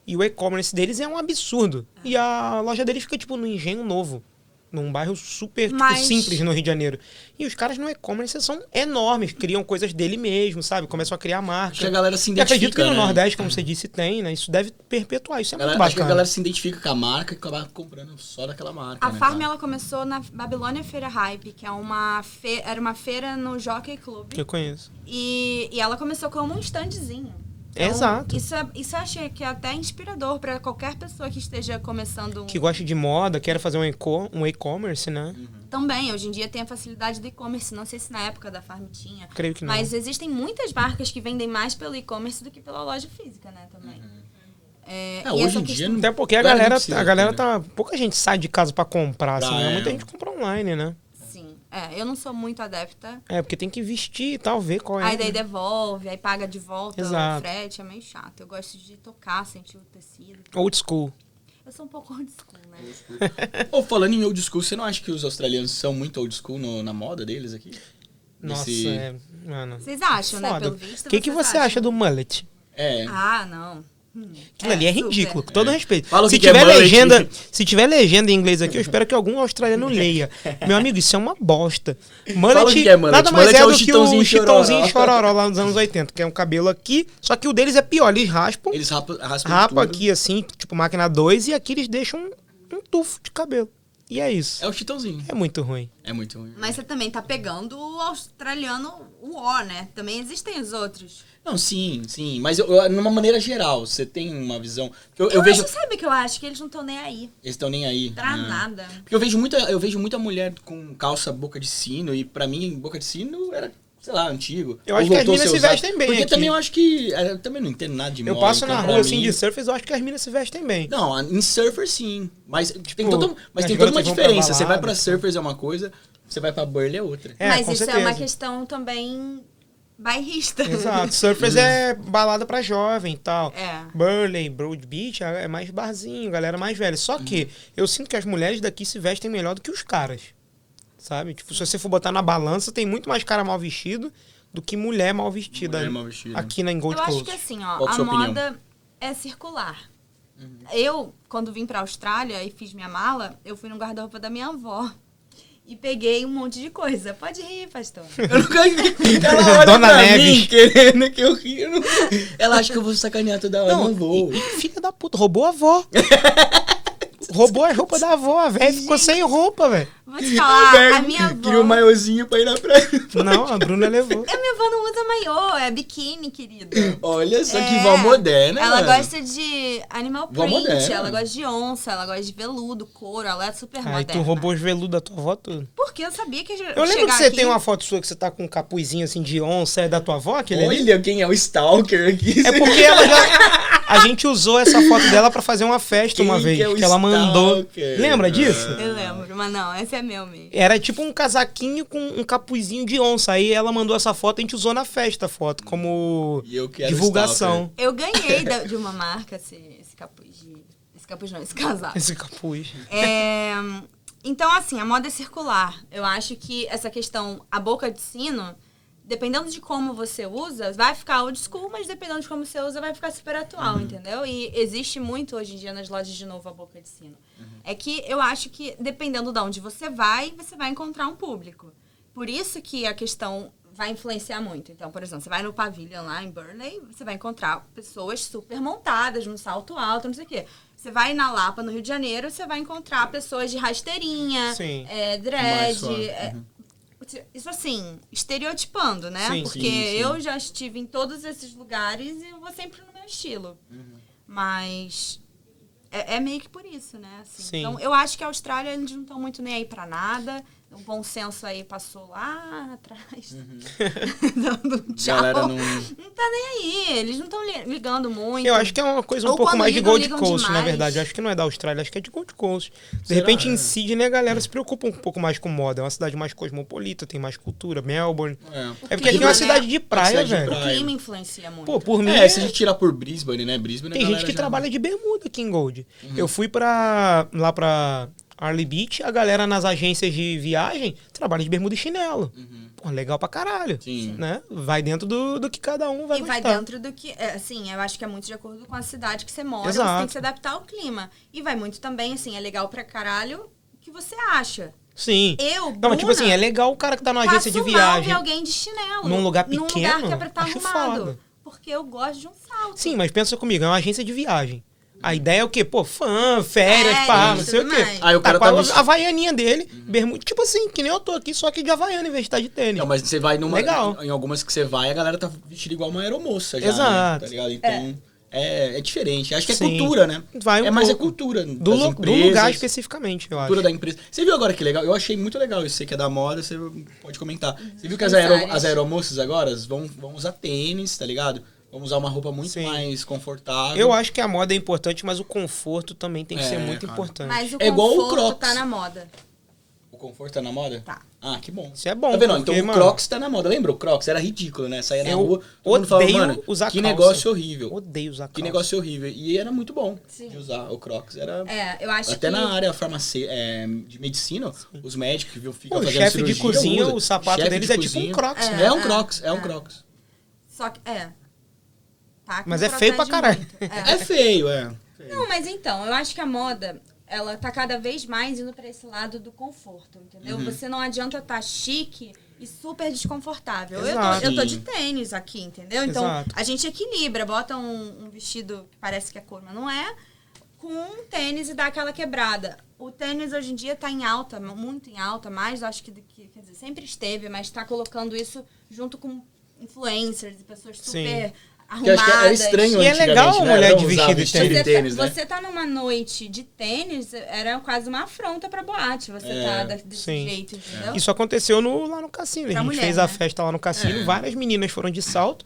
S1: e o e-commerce deles é um absurdo. E a loja deles fica tipo no Engenho Novo, num bairro super tipo,
S3: Mas-
S1: simples no Rio de Janeiro. E os caras no e-commerce são enormes, criam coisas dele mesmo, sabe? Começam a criar marca.
S2: Acho que a galera se
S1: E
S2: identifica.
S1: acredito que no
S2: né?
S1: Nordeste, como você disse, tem, né? Isso deve perpetuar. Isso é
S2: A galera-
S1: muito
S2: acho que a
S1: bacana.
S2: galera se identifica com a marca e acaba comprando só daquela marca.
S3: A
S2: né,
S3: Farm
S2: cara?
S3: ela começou na Babilônia Feira Hype, que é uma fe... era uma feira no Jockey Club.
S1: Eu conheço.
S3: E, e ela começou como um standzinho. Então,
S1: Exato.
S3: Isso, é- isso eu achei que é até inspirador para qualquer pessoa que esteja começando um-
S1: Que gosta de moda, quer fazer um eco- um e-commerce, né?
S3: também. Hoje em dia tem a facilidade do e-commerce, não sei se na época da Farm tinha.
S1: Creio que não.
S3: Mas existem muitas marcas que vendem mais pelo e-commerce do que pela loja física, né, também. É,
S2: Uhum. É,
S3: e
S2: hoje
S3: essa
S2: em dia
S3: questão-
S1: Até porque a
S2: Galera,
S1: galera,
S2: não precisa,
S1: a galera
S2: né?
S1: tá. Pouca gente sai de casa pra comprar, assim,
S2: Ah,
S1: né?
S2: é.
S1: Muita gente compra online, né?
S3: Sim. É, eu não sou muito adepta.
S1: É, porque tem que vestir e tal, ver qual é.
S3: Aí daí
S1: né?
S3: devolve, aí paga de volta
S1: Exato.
S3: o frete, é meio chato. Eu gosto de tocar, sentir o tecido.
S1: Old school.
S3: Eu sou um pouco old school, né?
S2: Ou falando em old school, você não acha que os australianos são muito old school no- na moda deles aqui?
S1: Nossa,
S2: Esse-
S1: é. Mano.
S3: Vocês acham, né?
S1: Foda.
S3: Pelo visto.
S1: O que, que
S3: vocês
S1: você
S3: acham.
S1: acha do mullet?
S2: É.
S3: Ah, não. Hum,
S1: Aquilo ali é
S3: super.
S1: ridículo, com todo respeito.
S2: Fala o
S1: se
S2: que que é
S1: tiver
S2: mullet.
S1: legenda, se tiver legenda em inglês aqui, eu espero que algum australiano leia. Meu amigo, isso é uma bosta.
S2: Fala o
S1: Mullet,
S2: que que é mullet.
S1: nada mais
S2: Mullet
S1: é,
S2: é o
S1: do que o
S2: chitãozinho
S1: chitãozinho
S2: chororó.
S1: chororó lá nos anos 80, que é um cabelo aqui, só que o deles é pior, eles raspam,
S2: Eles rapa, raspam tudo.
S1: rapam aqui assim, tipo máquina 2 e aqui eles deixam um, um tufo de cabelo. E é isso.
S2: É o chitãozinho.
S1: É muito ruim.
S2: É muito ruim.
S3: Mas você também tá pegando o australiano, o O, né? Também existem os outros.
S2: Não, sim, sim. Mas eu, eu- numa maneira geral, você tem uma visão. Porque Eu, eu
S3: Eu,
S2: vejo.
S3: acho, sabe o que eu acho? Que eles não estão nem aí.
S2: Eles estão nem aí.
S3: Pra
S2: né?
S3: nada.
S2: Porque eu vejo muita, eu vejo muita mulher com calça boca de sino, e pra mim, boca de sino era, sei lá, antigo.
S1: Eu
S2: Ou
S1: acho que as
S2: voltou a
S1: minas
S2: ser
S1: se
S2: usado.
S1: vestem bem
S2: Porque
S1: aqui.
S2: também eu acho que. é, Eu também não entendo nada de
S1: Eu
S2: moda,
S1: passo na
S2: então,
S1: rua
S2: pra
S1: assim
S2: mim-
S1: de surfers, eu acho que as minas se vestem bem.
S2: Não, a- em surfer sim. Mas tem,
S1: Tipo,
S2: toda, mas
S1: as
S2: tem toda uma
S1: garotas vão pra
S2: diferença. Você vai pra
S1: balada, tipo.
S2: surfers é uma coisa, você vai pra burley é outra.
S1: É,
S3: Mas
S1: com
S3: isso é
S1: certeza.
S3: uma questão também bairrista.
S1: Exato. Surfers
S2: Uhum.
S1: é balada pra jovem e tal.
S3: É.
S1: Burley, Broad Beach é mais barzinho, galera mais velha. Só
S2: Uhum.
S1: que eu sinto que as mulheres daqui se vestem melhor do que os caras. Sabe? Tipo, se você for botar na balança, tem muito mais cara mal vestido do que mulher mal vestida.
S2: Mulher mal vestida.
S1: Aqui na em
S3: Eu
S1: Gold
S3: acho
S1: Coast.
S3: que assim,
S2: Qual
S3: ó,
S2: que é a
S3: a
S2: sua opinião? Uhum.
S3: moda é circular. Eu, quando vim pra Austrália e fiz minha mala, eu fui no guarda-roupa da minha avó. E peguei um monte de coisa. Pode rir, pastor.
S2: Eu nunca Ela olha
S1: Dona
S2: pra
S1: Neves.
S2: mim querendo que eu ria. eu não- Ela acha que eu vou sacanear toda hora. Não, não vou.
S1: e- e filha da puta, roubou a avó. roubou as roupas da avó, a velha ficou sem roupa, velho.
S3: Vou te falar, Ah, a minha avó...
S2: Queria um maiôzinho pra ir na praia.
S1: Não, a Bruna levou.
S3: A minha avó não usa maiô, é biquíni, querida.
S2: Olha só que
S3: É.
S2: vó moderna.
S3: Ela
S2: mano.
S3: gosta de animal
S2: Vó
S3: print,
S2: moderna.
S3: ela gosta de onça, ela gosta de veludo, couro, ela é super
S1: Aí
S3: moderna.
S1: tu roubou os veludos da tua avó tudo.
S3: Porque eu sabia que
S1: Ah, então Eu lembro que você tem uma foto sua que você tá com um capuzinho assim de onça, é da tua avó aquele ali?
S2: Olha quem é o stalker aqui.
S1: É porque ela já. A gente usou essa foto dela pra fazer uma festa
S2: Quem
S1: uma
S2: que
S1: vez,
S2: é o
S1: que ela mandou.
S2: stalker?
S1: Lembra disso?
S3: Eu lembro, mas não, esse é meu mesmo.
S1: Era tipo um casaquinho com um capuzinho de onça. Aí ela mandou essa foto, a gente usou na festa a foto, como
S2: E eu que era o
S1: divulgação.
S3: Eu ganhei da- de uma marca esse, esse capuz de... Esse capuz não, esse casaco.
S1: Esse capuz.
S3: É, então, assim, a moda é circular. Eu acho que essa questão, a boca de sino, dependendo de como você usa, vai ficar old school, mas dependendo de como você usa, vai ficar super atual, entendeu? E existe muito hoje em dia nas lojas de novo a boca de sino. É que eu acho que, dependendo de onde você vai, você vai encontrar um público. Por isso que a questão vai influenciar muito. Então, por exemplo, você vai no pavilhão lá em Burnley, você vai encontrar pessoas super montadas, num salto alto, não sei o quê. Você vai na Lapa, no Rio de Janeiro, você vai encontrar pessoas de rasteirinha,
S1: Sim.
S3: é,
S2: Mais
S3: dread.
S2: suave. Uhum.
S3: é, Isso assim, estereotipando, né?
S1: Sim,
S3: Porque
S2: sim, sim.
S3: eu já estive em todos esses lugares e eu vou sempre no meu estilo.
S2: Uhum.
S3: Mas é, é meio que por isso, né? Assim,
S1: Sim.
S3: Então, eu acho que a Austrália, eles não estão muito nem aí pra nada. O bom senso aí passou lá atrás.
S1: Uhum.
S3: Dando um tchau.
S2: Galera não.
S3: Não tá nem aí. Eles não estão ligando muito.
S1: Eu acho que é uma coisa um
S3: Ou
S1: pouco
S3: quando
S1: mais de
S3: ligam,
S1: Gold
S3: ligam
S1: Coast, na
S3: demais.
S1: verdade. Eu Acho que não é da Austrália, acho que é de Gold Coast. De
S2: Será?
S1: repente,
S2: É.
S1: em Sydney, a galera se preocupa um pouco mais com moda. É uma cidade mais cosmopolita, tem mais cultura. Melbourne.
S2: É.
S1: É porque aqui é
S3: clima,
S1: uma
S3: né?
S1: cidade de praia,
S2: cidade de
S1: velho.
S2: praia.
S3: O clima influencia muito.
S1: Pô, por mim,
S2: É, se a gente tirar por Brisbane, né? Brisbane a
S1: tem gente
S2: galera Uhum.
S1: que
S2: já-
S1: trabalha de bermuda aqui em Gold. Eu fui pra, lá pra Arley Beach, a galera nas agências de viagem trabalha de bermuda e chinelo. Pô, legal pra caralho.
S2: Uhum. Sim.
S1: Né? Vai dentro do, do que cada um vai
S3: E vai
S1: gostar.
S3: dentro do que. é, Assim, eu acho que é muito de acordo com a cidade que você mora. Você tem
S1: Exato.
S3: que se adaptar ao clima. E vai muito também, assim, é legal pra caralho o que você acha.
S1: Sim.
S3: Eu,
S1: Não, mas tipo
S3: Bruna,
S1: assim, é legal o cara que tá numa agência
S3: Passo
S1: de
S3: mal ver
S1: viagem.
S3: alguém de chinelo.
S1: Num lugar
S3: Num lugar que é
S1: pequeno,
S3: pra estar
S1: acho
S3: arrumado.
S1: foda.
S3: Porque eu gosto de um salto.
S1: Sim, mas pensa comigo, é uma agência de viagem. A ideia é o quê? Pô, fã, férias, pá,
S3: Férias,
S1: não sei o
S3: É, tudo
S1: quê.
S3: mais.
S2: Aí o cara
S1: com a
S2: tá Uhum. vestido-
S1: havaianinha dele, bermuda, tipo assim, que nem eu tô aqui, só que de havaiana em vez de estar de tênis.
S2: Não, mas você vai numa.
S1: Legal.
S2: Em algumas que você vai, a galera tá vestida igual uma aeromoça já.
S1: Exato.
S2: Né? Tá ligado? Então. É, é diferente. Acho que é
S1: Sim.
S2: cultura, né?
S1: Vai um
S2: é mais a
S1: pouco.
S2: cultura
S1: do,
S2: das
S1: lu- do
S2: empresas,
S1: lugar especificamente, eu acho.
S2: cultura da empresa. Você viu agora que legal? Eu achei muito legal isso. Você que é da moda, você pode comentar. Você viu que as, aero,
S3: Pensares.
S2: as aeromoças agora vão, vão usar tênis, tá ligado? Vão usar uma roupa muito
S1: Sim.
S2: mais confortável.
S1: Eu acho que a moda é importante, mas o conforto também tem que
S2: É,
S1: ser muito
S2: cara.
S1: importante.
S3: Mas o
S2: É igual o
S3: conforto
S2: Crocs.
S3: tá na moda.
S2: O conforto tá na moda?
S3: Tá.
S2: Ah, que bom.
S1: Isso é bom,
S2: Tá vendo? Então
S1: porque,
S2: o
S1: mano-
S2: Crocs tá na moda. Lembra o Crocs? Era ridículo, né? Saía na
S1: Eu
S2: rua, todo mundo falava,
S1: odeio
S2: mano,
S1: usar
S2: que
S1: calça.
S2: negócio horrível.
S1: Odeio usar calça.
S2: Que negócio horrível. E era muito bom
S3: Sim.
S2: de usar o Crocs. Era...
S3: É, eu acho
S2: Até
S3: que.
S2: na área farmace... é, de medicina, os médicos que viam- ficam
S1: Pô, o
S2: fazendo
S1: chefe de
S2: cirurgia,
S1: cozinha,
S2: usa.
S1: o sapato
S2: Chefe
S1: deles
S2: de
S1: é tipo um
S2: cozinha.
S1: crocs, né?
S2: É, um
S3: é,
S2: Crocs, é um
S3: é.
S2: Crocs.
S3: Só que. É. Tá, que
S1: Mas
S3: não
S1: é feio pra
S3: protege
S1: caralho.
S3: muito. É.
S2: É feio, é.
S3: Não, mas então, eu acho que a moda, ela tá cada vez mais indo pra esse lado do conforto, entendeu?
S2: Uhum.
S3: Você não adianta estar chique e super desconfortável. Eu
S1: Exato.
S3: tô, eu tô de tênis aqui, entendeu? Então,
S1: Exato.
S3: a gente equilibra, bota um, um vestido que parece que é cor, mas não é, com um tênis e dá aquela quebrada. O tênis hoje em dia tá em alta, muito em alta, mais eu acho que, do que- quer dizer, sempre esteve, mas tá colocando isso junto com influencers e pessoas
S1: Sim.
S3: super
S2: Que eu acho que
S3: arrumadas.
S2: era estranho
S1: E é
S2: antigamente,
S1: legal
S2: né?
S1: uma mulher
S2: Não
S1: de
S2: usar
S1: vestido e
S2: vestido
S3: você,
S2: e tênis,
S3: tá,
S2: né?
S3: você tá numa noite de tênis, era quase uma afronta pra boate. Você
S2: É,
S3: tá da- desse
S1: sim.
S3: jeito, entendeu?
S1: Isso aconteceu no- lá no cassino. A
S3: Pra
S1: gente
S3: mulher,
S1: fez a
S3: né?
S1: festa lá no cassino,
S2: É.
S1: várias meninas foram de salto,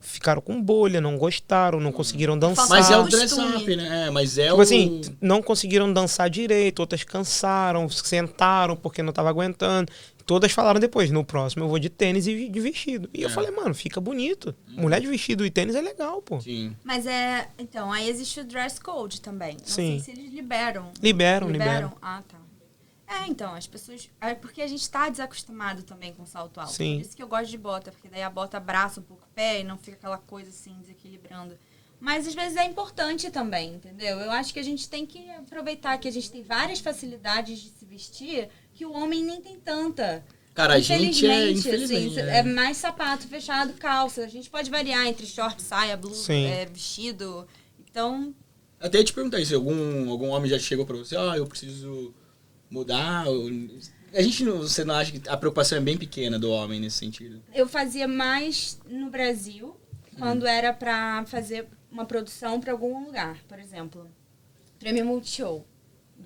S1: ficaram com bolha, não gostaram,
S2: Uhum.
S1: não conseguiram dançar.
S2: Mas é o
S3: Costume.
S2: dress up, né? É, mas é
S1: Tipo
S2: o...
S1: assim, não conseguiram dançar direito, outras cansaram, sentaram porque não tava aguentando. Todas falaram depois, no próximo eu vou de tênis e de vestido. E eu
S2: É.
S1: falei, mano, fica bonito. Mulher de vestido e tênis é legal, pô.
S2: Sim.
S3: Mas é. Então, aí existe o dress code também. Não
S1: Sim.
S3: sei se eles liberam.
S1: Liberam, liberam.
S3: Ah, tá. É, então, as pessoas. É porque a gente tá desacostumado também com salto alto.
S1: Sim.
S3: Por isso que eu gosto de bota, porque daí a bota abraça um pouco o pé e não fica aquela coisa assim, desequilibrando. Mas às vezes é importante também, entendeu? Eu acho que a gente tem que aproveitar que a gente tem várias facilidades de se vestir que o homem nem tem tanta.
S2: Cara, a gente é...
S3: assim,
S2: Infelizmente,
S3: é.
S2: é.
S3: mais sapato fechado, calça. A gente pode variar entre short, saia, blusa,
S1: Sim.
S3: é, vestido. Então,
S2: Até ia te perguntar isso, algum, algum homem já chegou pra você, ah, eu preciso mudar? ou- A gente não, você não acha que a preocupação é bem pequena do homem nesse sentido?
S3: eu fazia mais no Brasil,
S2: Uhum.
S3: quando era pra fazer uma produção pra algum lugar, por exemplo. Prêmio Multishow.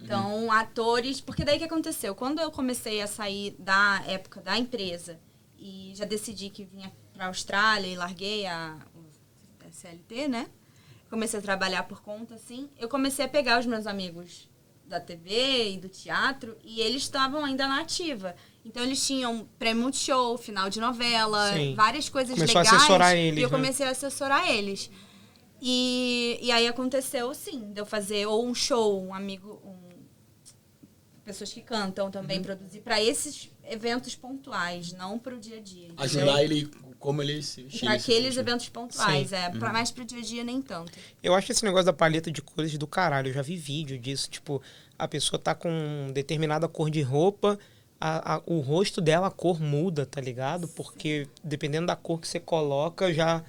S3: Então, atores. Porque daí o que aconteceu? Quando eu comecei a sair da época da empresa e já decidi que vinha pra Austrália e larguei a, o- a CLT, né? Comecei a trabalhar por conta, assim. Eu comecei a pegar os meus amigos da TV e do teatro e eles estavam ainda na ativa. Então, eles tinham prêmio Multishow, final de novela,
S1: Sim.
S3: várias coisas
S1: Começou a
S3: legais.
S1: assessorar
S3: e
S1: eles,
S3: eu
S1: né?
S3: comecei a assessorar eles. E, e aí aconteceu, sim, de eu fazer ou um show, um amigo, um- pessoas que cantam
S2: Uhum.
S3: também, produzir para esses eventos pontuais, não para o dia a dia. entendeu?
S2: Ajudar ele como ele se vestir.
S3: Pra
S2: nesse
S3: aqueles
S2: sentido.
S3: eventos pontuais, é.
S2: Uhum.
S3: Pra, mais pro dia a dia, nem tanto.
S1: Eu acho esse negócio da paleta de cores do caralho. Eu já vi vídeo disso. Tipo, a pessoa tá com determinada cor de roupa, a- a- o rosto dela, a cor muda, tá ligado? Porque dependendo da cor que você coloca, já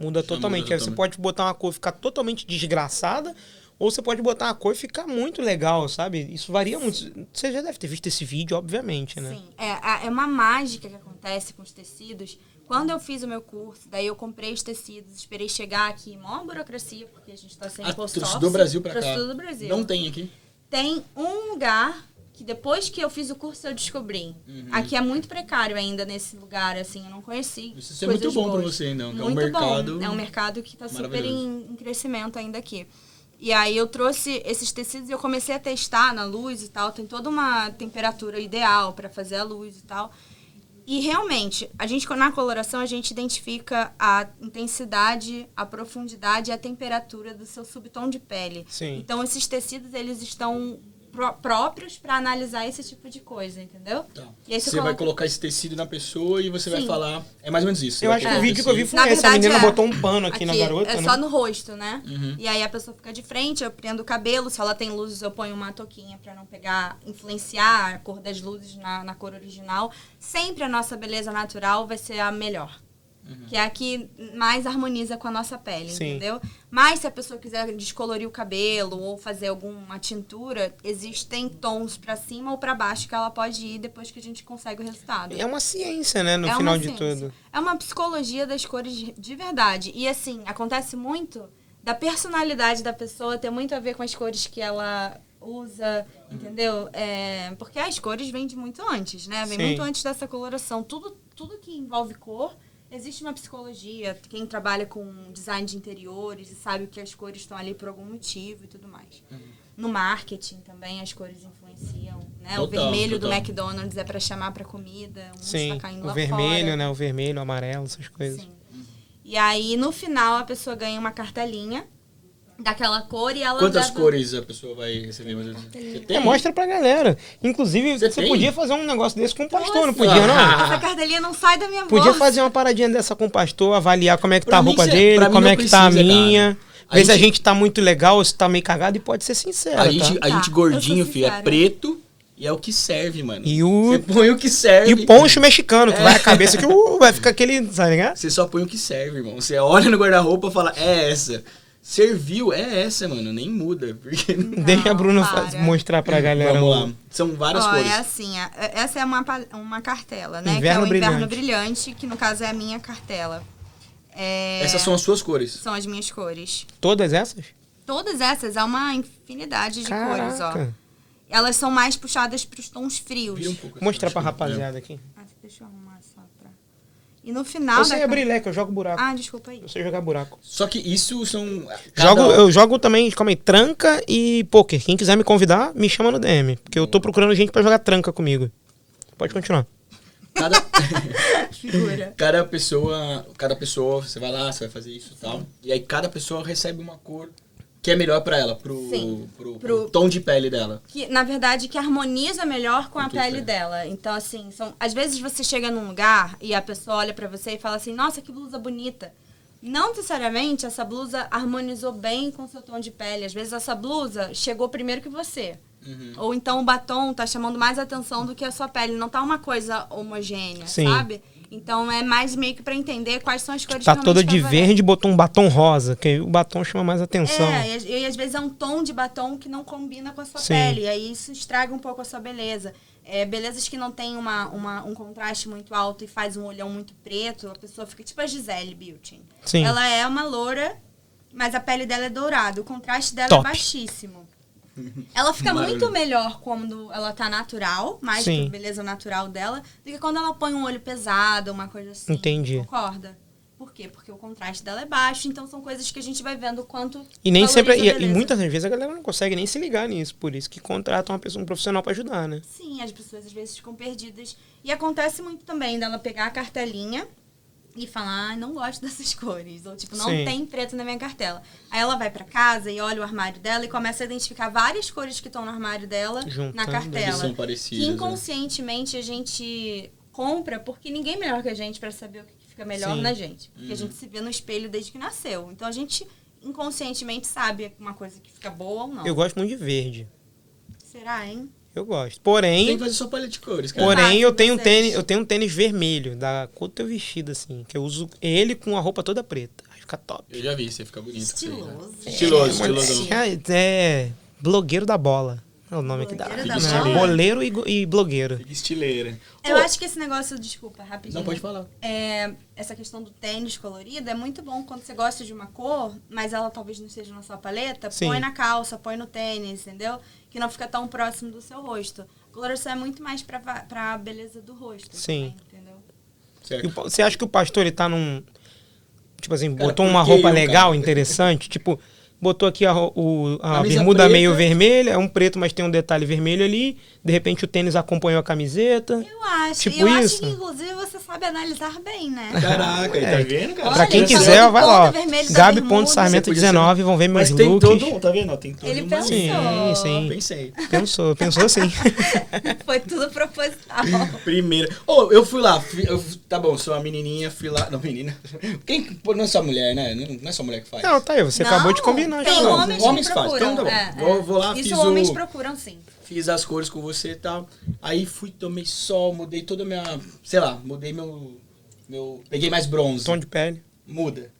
S1: muda totalmente.
S2: muda
S1: Aí você
S2: totalmente.
S1: pode botar uma cor e ficar totalmente desgraçada, ou você pode botar uma cor e ficar muito legal, sabe? Isso varia muito. Você já deve ter visto esse vídeo, obviamente, né?
S3: Sim, é, a- é uma mágica que acontece com os tecidos. Quando eu fiz o meu curso, daí eu comprei os tecidos, esperei chegar aqui, maior burocracia, porque a gente tá sem
S2: Ah,
S3: post
S2: trouxe do
S3: office,
S2: Brasil pra
S3: trouxe
S2: cá.
S3: tudo do Brasil.
S2: Não tem aqui.
S3: tem um lugar que depois que eu fiz o curso eu descobri.
S2: Uhum.
S3: Aqui é muito precário ainda nesse lugar, assim, eu não conheci.
S2: Isso é muito
S3: coisas
S2: bom pra
S3: boas.
S2: você, então. que
S3: Muito
S2: é um mercado...
S3: bom. É um mercado que está super
S2: maravilhoso.
S3: em, em crescimento ainda aqui. E aí eu trouxe esses tecidos e eu comecei a testar na luz e tal. Tem toda uma temperatura ideal para fazer a luz e tal. E realmente, a gente na coloração a gente identifica a intensidade, a profundidade e a temperatura do seu subtom de pele.
S1: Sim.
S3: Então esses tecidos eles estão pró- próprios para analisar esse tipo de coisa, entendeu?
S2: Tá.
S3: E aí
S2: Você
S3: você
S2: vai
S3: coloca-
S2: colocar esse tecido na pessoa e você vai
S3: Sim.
S2: falar... É mais ou menos isso. você
S1: Eu
S2: vai
S1: acho que
S2: pegar
S1: o vídeo que eu vi
S2: tecido.
S1: foi esse. A menina botou um pano aqui, na garota,
S3: É
S1: né?
S3: só no rosto, né? E aí a pessoa fica de frente, eu prendo o cabelo. Se ela tem luzes, eu ponho uma touquinha pra não pegar, influenciar a cor das luzes na, na cor original. Sempre a nossa beleza natural vai ser a melhor. Que é a que mais harmoniza com a nossa pele,
S1: Sim.
S3: entendeu? Mas se a pessoa quiser descolorir o cabelo ou fazer alguma tintura, existem tons pra cima ou pra baixo que ela pode ir depois que a gente consegue o resultado.
S1: É uma ciência, né? No
S3: É uma
S1: final de
S3: ciência.
S1: tudo.
S3: É uma psicologia das cores de- de verdade. E assim, acontece muito da personalidade da pessoa ter muito a ver com as cores que ela usa, entendeu? É, porque as cores vêm de muito antes, né? Vem
S1: Sim.
S3: muito antes dessa coloração. Tudo, tudo que envolve cor, existe uma psicologia. Quem trabalha com design de interiores e sabe que as cores estão ali por algum motivo e tudo mais. No marketing também as cores influenciam Né?
S2: Total,
S3: o vermelho do
S2: total.
S3: McDonald's é pra chamar pra comida, um
S1: Sim,
S3: tá caindo
S1: o
S3: lá
S1: vermelho,
S3: fora.
S1: né? O vermelho, o amarelo, essas coisas.
S3: Sim. E aí, no final, a pessoa ganha uma cartelinha daquela cor e ela.
S2: Quantas
S3: leva-
S2: cores a pessoa vai receber? mais ou menos? Você
S1: É, mostra pra galera. Inclusive,
S2: Você
S1: você
S2: tem?
S1: podia fazer um negócio desse com o pastor, não
S2: Nossa.
S1: podia, não?
S3: Essa cartelinha não sai da minha
S1: Podia
S3: bolsa.
S1: fazer uma paradinha dessa com o pastor, avaliar como é que
S2: Pra
S1: tá a
S2: mim,
S1: roupa
S2: cê-
S1: dele,
S2: pra mim
S1: como
S2: não
S1: é que tá a
S2: precisa, cara.
S1: minha.
S2: A
S1: Ver se a
S2: gente-
S1: gente tá muito legal ou se tá meio cagado e pode ser sincero.
S2: A gente,
S1: tá?
S2: a
S3: Tá,
S2: gente gordinho,
S3: eu sou
S2: filho, é
S3: sincera.
S2: preto e é o que serve, mano.
S1: E o-
S2: Você põe o que serve.
S1: E o poncho mexicano,
S2: É.
S1: que vai a cabeça que uh, vai ficar aquele. Sabe, né? ligado?
S2: Você só põe o que serve, irmão. Você olha no guarda-roupa e fala, é essa. Serviu, é essa, mano. Nem muda. Porque...
S1: Deixa a Bruna
S3: para.
S1: faz- mostrar pra galera.
S2: Vamos
S1: o-
S2: lá. São várias
S3: Ó,
S2: cores.
S3: é assim, a- essa é uma, pa- uma cartela, né?
S1: Inverno
S3: que é o Inverno
S1: Brilhante.
S3: Brilhante, que no caso é a minha cartela. É,
S2: Essas são as suas cores.
S3: são as minhas cores.
S1: Todas essas?
S3: Todas essas, há uma infinidade de cores, ó.
S1: Caraca.
S3: Elas são mais puxadas para os tons frios.
S2: Vira um pouco. assim,
S1: Mostrar pra
S2: acho que-
S1: rapaziada aqui.
S3: Ah, deixa eu arrumar só pra... E no final...
S1: Eu
S3: da
S1: sei
S3: car-
S1: abrir leque, eu jogo buraco.
S3: Ah, desculpa aí.
S1: Eu sei jogar buraco.
S2: Só que isso são.
S1: Jogo,
S2: cada- um.
S1: eu jogo também, calma aí, tranca e poker. Quem quiser me convidar, me chama no DM. Porque eu tô procurando gente pra jogar tranca comigo. Pode continuar.
S2: Cada,
S3: Figura.
S2: cada pessoa. Cada pessoa, você vai lá, você vai fazer isso e tal. E aí cada pessoa recebe uma cor que é melhor pra ela, pro,
S3: Sim.
S2: pro, pro
S3: Pro-
S2: tom de pele dela.
S3: Que, na verdade, que harmoniza melhor com a
S2: tudo,
S3: pele
S2: é.
S3: dela. Então, assim, são... às vezes você chega num lugar e a pessoa olha pra você e fala assim, nossa, que blusa bonita. Não necessariamente essa blusa harmonizou bem com seu tom de pele. Às vezes essa blusa chegou primeiro que você.
S1: Uhum.
S3: Ou então o batom tá chamando mais atenção do que a sua pele. Não tá uma coisa homogênea,
S1: Sim.
S3: sabe? Então é mais meio que pra entender quais são as cores
S1: Tá
S3: que
S1: toda
S3: realmente
S1: de
S3: favorecem.
S1: verde, botou um batom rosa, que aí o batom chama mais atenção.
S3: É, e às- e, às vezes é um tom de batom que não combina com a sua
S1: Sim.
S3: pele. E aí isso estraga um pouco a sua beleza. É, belezas que não tem uma, uma- um contraste muito alto e faz um olhão muito preto, a pessoa fica tipo a Gisele Beauty.
S1: Sim.
S3: Ela é uma loura, mas a pele dela é dourada. O contraste dela
S1: Top.
S3: é baixíssimo. Ela fica
S2: Maravilha.
S3: muito melhor quando ela tá natural, mais
S1: Sim.
S3: pro beleza natural dela, do que quando ela põe um olho pesado, uma coisa assim.
S1: Entendi.
S3: Concorda? Por quê? Porque o contraste dela é baixo, então são coisas que a gente vai vendo o quanto.
S1: E nem
S3: valoriza
S1: sempre. é-
S3: a
S1: E, e
S3: beleza.
S1: muitas das vezes a galera não consegue nem se ligar nisso. Por isso que contratam uma pessoa, um profissional pra ajudar, né?
S3: Sim, as pessoas às vezes ficam perdidas. E acontece muito também dela pegar a cartelinha e falar, ah, não gosto dessas cores. Ou tipo, não
S1: Sim.
S3: tem preto na minha cartela. Aí ela vai pra casa e olha o armário dela e começa a identificar várias cores que estão no armário dela na
S1: Juntando.
S2: Que
S3: cartela.
S2: são
S3: Que
S2: parecidas. né?
S3: inconscientemente a gente compra porque ninguém é melhor que a gente pra saber o que que fica melhor
S1: Sim.
S3: na gente. Porque
S2: Uhum.
S3: a gente se vê no espelho desde que nasceu. Então a gente inconscientemente sabe uma coisa que fica boa ou não.
S1: Eu gosto muito de verde.
S3: Será, hein?
S1: Eu gosto.
S2: Tem que
S1: Porém,
S2: fazer sua paleta de cores, cara.
S1: porém
S3: Fácil,
S1: eu tenho um
S3: vocês.
S1: tênis, eu tenho um tênis vermelho, da cor do teu vestido, assim, que eu uso ele com a roupa toda preta. Aí fica top.
S2: Eu já vi, você fica bonito. com isso aí, né?
S3: Estiloso.
S2: Estiloso,
S1: É, mano,
S2: estilosão.
S1: É, é blogueiro da bola. É o nome que dá.
S3: Blogueiro
S2: da
S1: Né?
S2: bola?
S1: Boleiro e, go- e blogueiro.
S2: Fica estileira.
S3: Eu
S2: Pô,
S3: acho que esse negócio, desculpa, rapidinho.
S2: É. Não pode falar.
S3: É, essa questão do tênis colorido é muito bom quando você gosta de uma cor, mas ela talvez não esteja na sua paleta.
S1: Sim.
S3: Põe na calça, põe no tênis, entendeu? Que não fica tão próximo do seu rosto. Coloração é muito mais pra, va- pra beleza do rosto.
S1: Sim.
S3: também, entendeu?
S1: E o
S2: Certo.
S1: pa- Você acha que o pastor ele tá num. Tipo assim,
S2: Cara,
S1: botou
S2: por
S1: uma
S2: que
S1: roupa
S2: eu,
S1: legal,
S2: cara?
S1: interessante? Tipo, botou aqui a, ro- o- a
S2: Camisa
S1: bermuda
S2: preta.
S1: meio vermelha, é um preto, mas tem um detalhe vermelho ali. De repente o tênis acompanhou a camiseta.
S3: Eu acho.
S1: Tipo
S3: eu
S1: isso?
S3: acho que, inclusive, você sabe analisar bem, né?
S2: Caraca, aí tá vendo, cara?
S3: Olha,
S1: pra quem
S3: ele tá
S1: quiser,
S3: todo
S1: vai lá. ó.
S3: ponto vermelho da bermuda.
S1: Gabi.sarmento
S2: Você podia ser-
S1: 19, vão ver
S2: Mas
S1: meus looks.
S2: tem todo um, tá vendo? ó? Tem todo
S3: Ele
S2: um-
S3: pensou.
S1: Sim,
S2: Eu
S1: sim.
S2: Pensei.
S1: Pensou, pensou assim. sim.
S3: Foi tudo proposital.
S2: Primeira. Ô, eu fui lá. fui- eu- tá bom, sou uma menininha, fui lá. Não, menina. Quem, pô, não é só mulher, né? Não, não é só mulher que faz.
S1: Não, tá aí, você
S3: Não,
S1: acabou de combinar.
S3: Tem
S1: já.
S2: Não,
S3: homens,
S2: tipo, homens
S3: que
S2: fazem,
S3: procuram.
S2: então tá bom.
S3: é, é.
S2: Vou- vou lá,
S3: Isso
S2: fiz o-
S3: homens procuram, sim.
S2: Fiz as cores com você e tal. Aí fui, tomei sol, mudei toda a minha. Sei lá, mudei meu. meu peguei mais bronze.
S1: Tom de pele.
S2: Muda.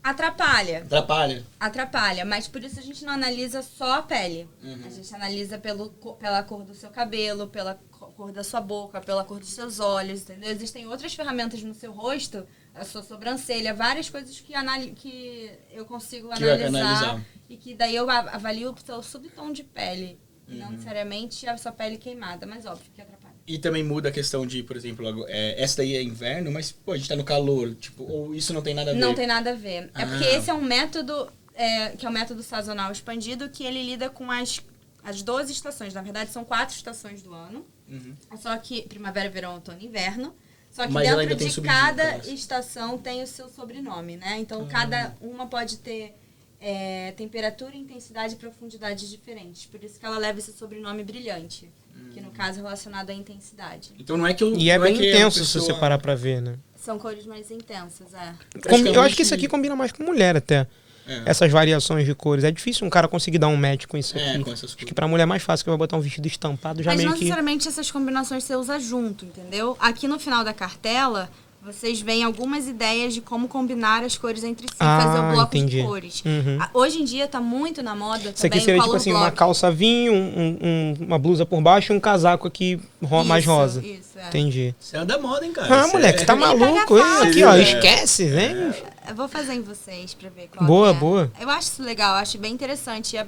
S3: Atrapalha.
S2: Atrapalha.
S3: Atrapalha, mas por isso a gente não analisa só a pele.
S2: Uhum.
S3: A gente analisa pelo, co- pela cor do seu cabelo, pela co- cor da sua boca, pela cor dos seus olhos, entendeu? Existem outras ferramentas no seu rosto, a sua sobrancelha, várias coisas que, anali que eu consigo
S2: Que vai
S3: analisar,
S2: analisar.
S3: e que daí eu a- avalio o seu subtom de pele. e
S2: Uhum.
S3: Não necessariamente a sua pele queimada, mas óbvio que atrapalha.
S2: E também muda a questão de, por exemplo, agora- é, essa daí é inverno, mas pô, a gente tá no calor, tipo, ou isso não tem nada a ver.
S3: Não tem nada a ver.
S2: Ah.
S3: É porque esse é um método, é, que é o método sazonal expandido, que ele lida com as as 12 estações. Na verdade, são quatro estações do ano.
S2: Uhum.
S3: Só que primavera, verão, outono e inverno. Só que
S2: Mas ela ainda
S3: dentro
S2: tem
S3: de
S2: subtítulo,
S3: cada
S2: parece.
S3: estação tem o seu sobrenome, né?
S2: Ah.
S3: Então, cada uma pode ter é, temperatura, intensidade e profundidade diferentes. Por isso que ela leva esse sobrenome brilhante. Que,
S2: Hum.
S3: no caso, é relacionado à intensidade.
S2: Então não é que eu.
S1: E é
S2: não
S1: bem
S2: que a
S1: intenso se
S2: pessoa-
S1: você parar pra ver, né?
S3: São cores mais intensas,
S1: Com-
S3: é.
S1: eu acho
S2: Praticamente-
S1: que isso aqui combina mais com mulher até.
S2: É,
S1: Essas variações de cores. É difícil um cara conseguir dar um match com isso
S2: é,
S1: aqui.
S2: com essas
S1: Acho que
S2: coisas.
S1: pra mulher é mais fácil, que vai botar um vestido estampado já
S3: Mas não
S1: meio que.
S3: necessariamente essas combinações você usa junto, entendeu? Aqui no final da cartela, vocês veem algumas ideias de como combinar as cores entre si,
S1: Ah,
S3: fazer o bloco
S1: entendi.
S3: de cores.
S1: Uhum.
S3: Ah, Hoje em dia tá muito na moda
S1: Isso aqui
S3: também um
S1: seria tipo
S3: color
S1: assim,
S3: block.
S1: uma calça vinho, um- um- uma blusa por baixo e um casaco aqui ro- mais
S3: Isso,
S1: rosa.
S3: Isso, é.
S1: Entendi.
S2: Você anda moda, hein, cara?
S1: Ah,
S2: Você
S1: moleque,
S2: é-
S1: tá
S3: Tem que
S1: maluco?
S3: pegar
S1: hein?
S3: fácil.
S1: Aqui, ó,
S2: É.
S1: esquece, né?
S3: Eu vou fazer em vocês pra ver qual
S1: Boa,
S3: que é.
S1: boa.
S3: Eu acho isso legal, eu acho bem interessante. É-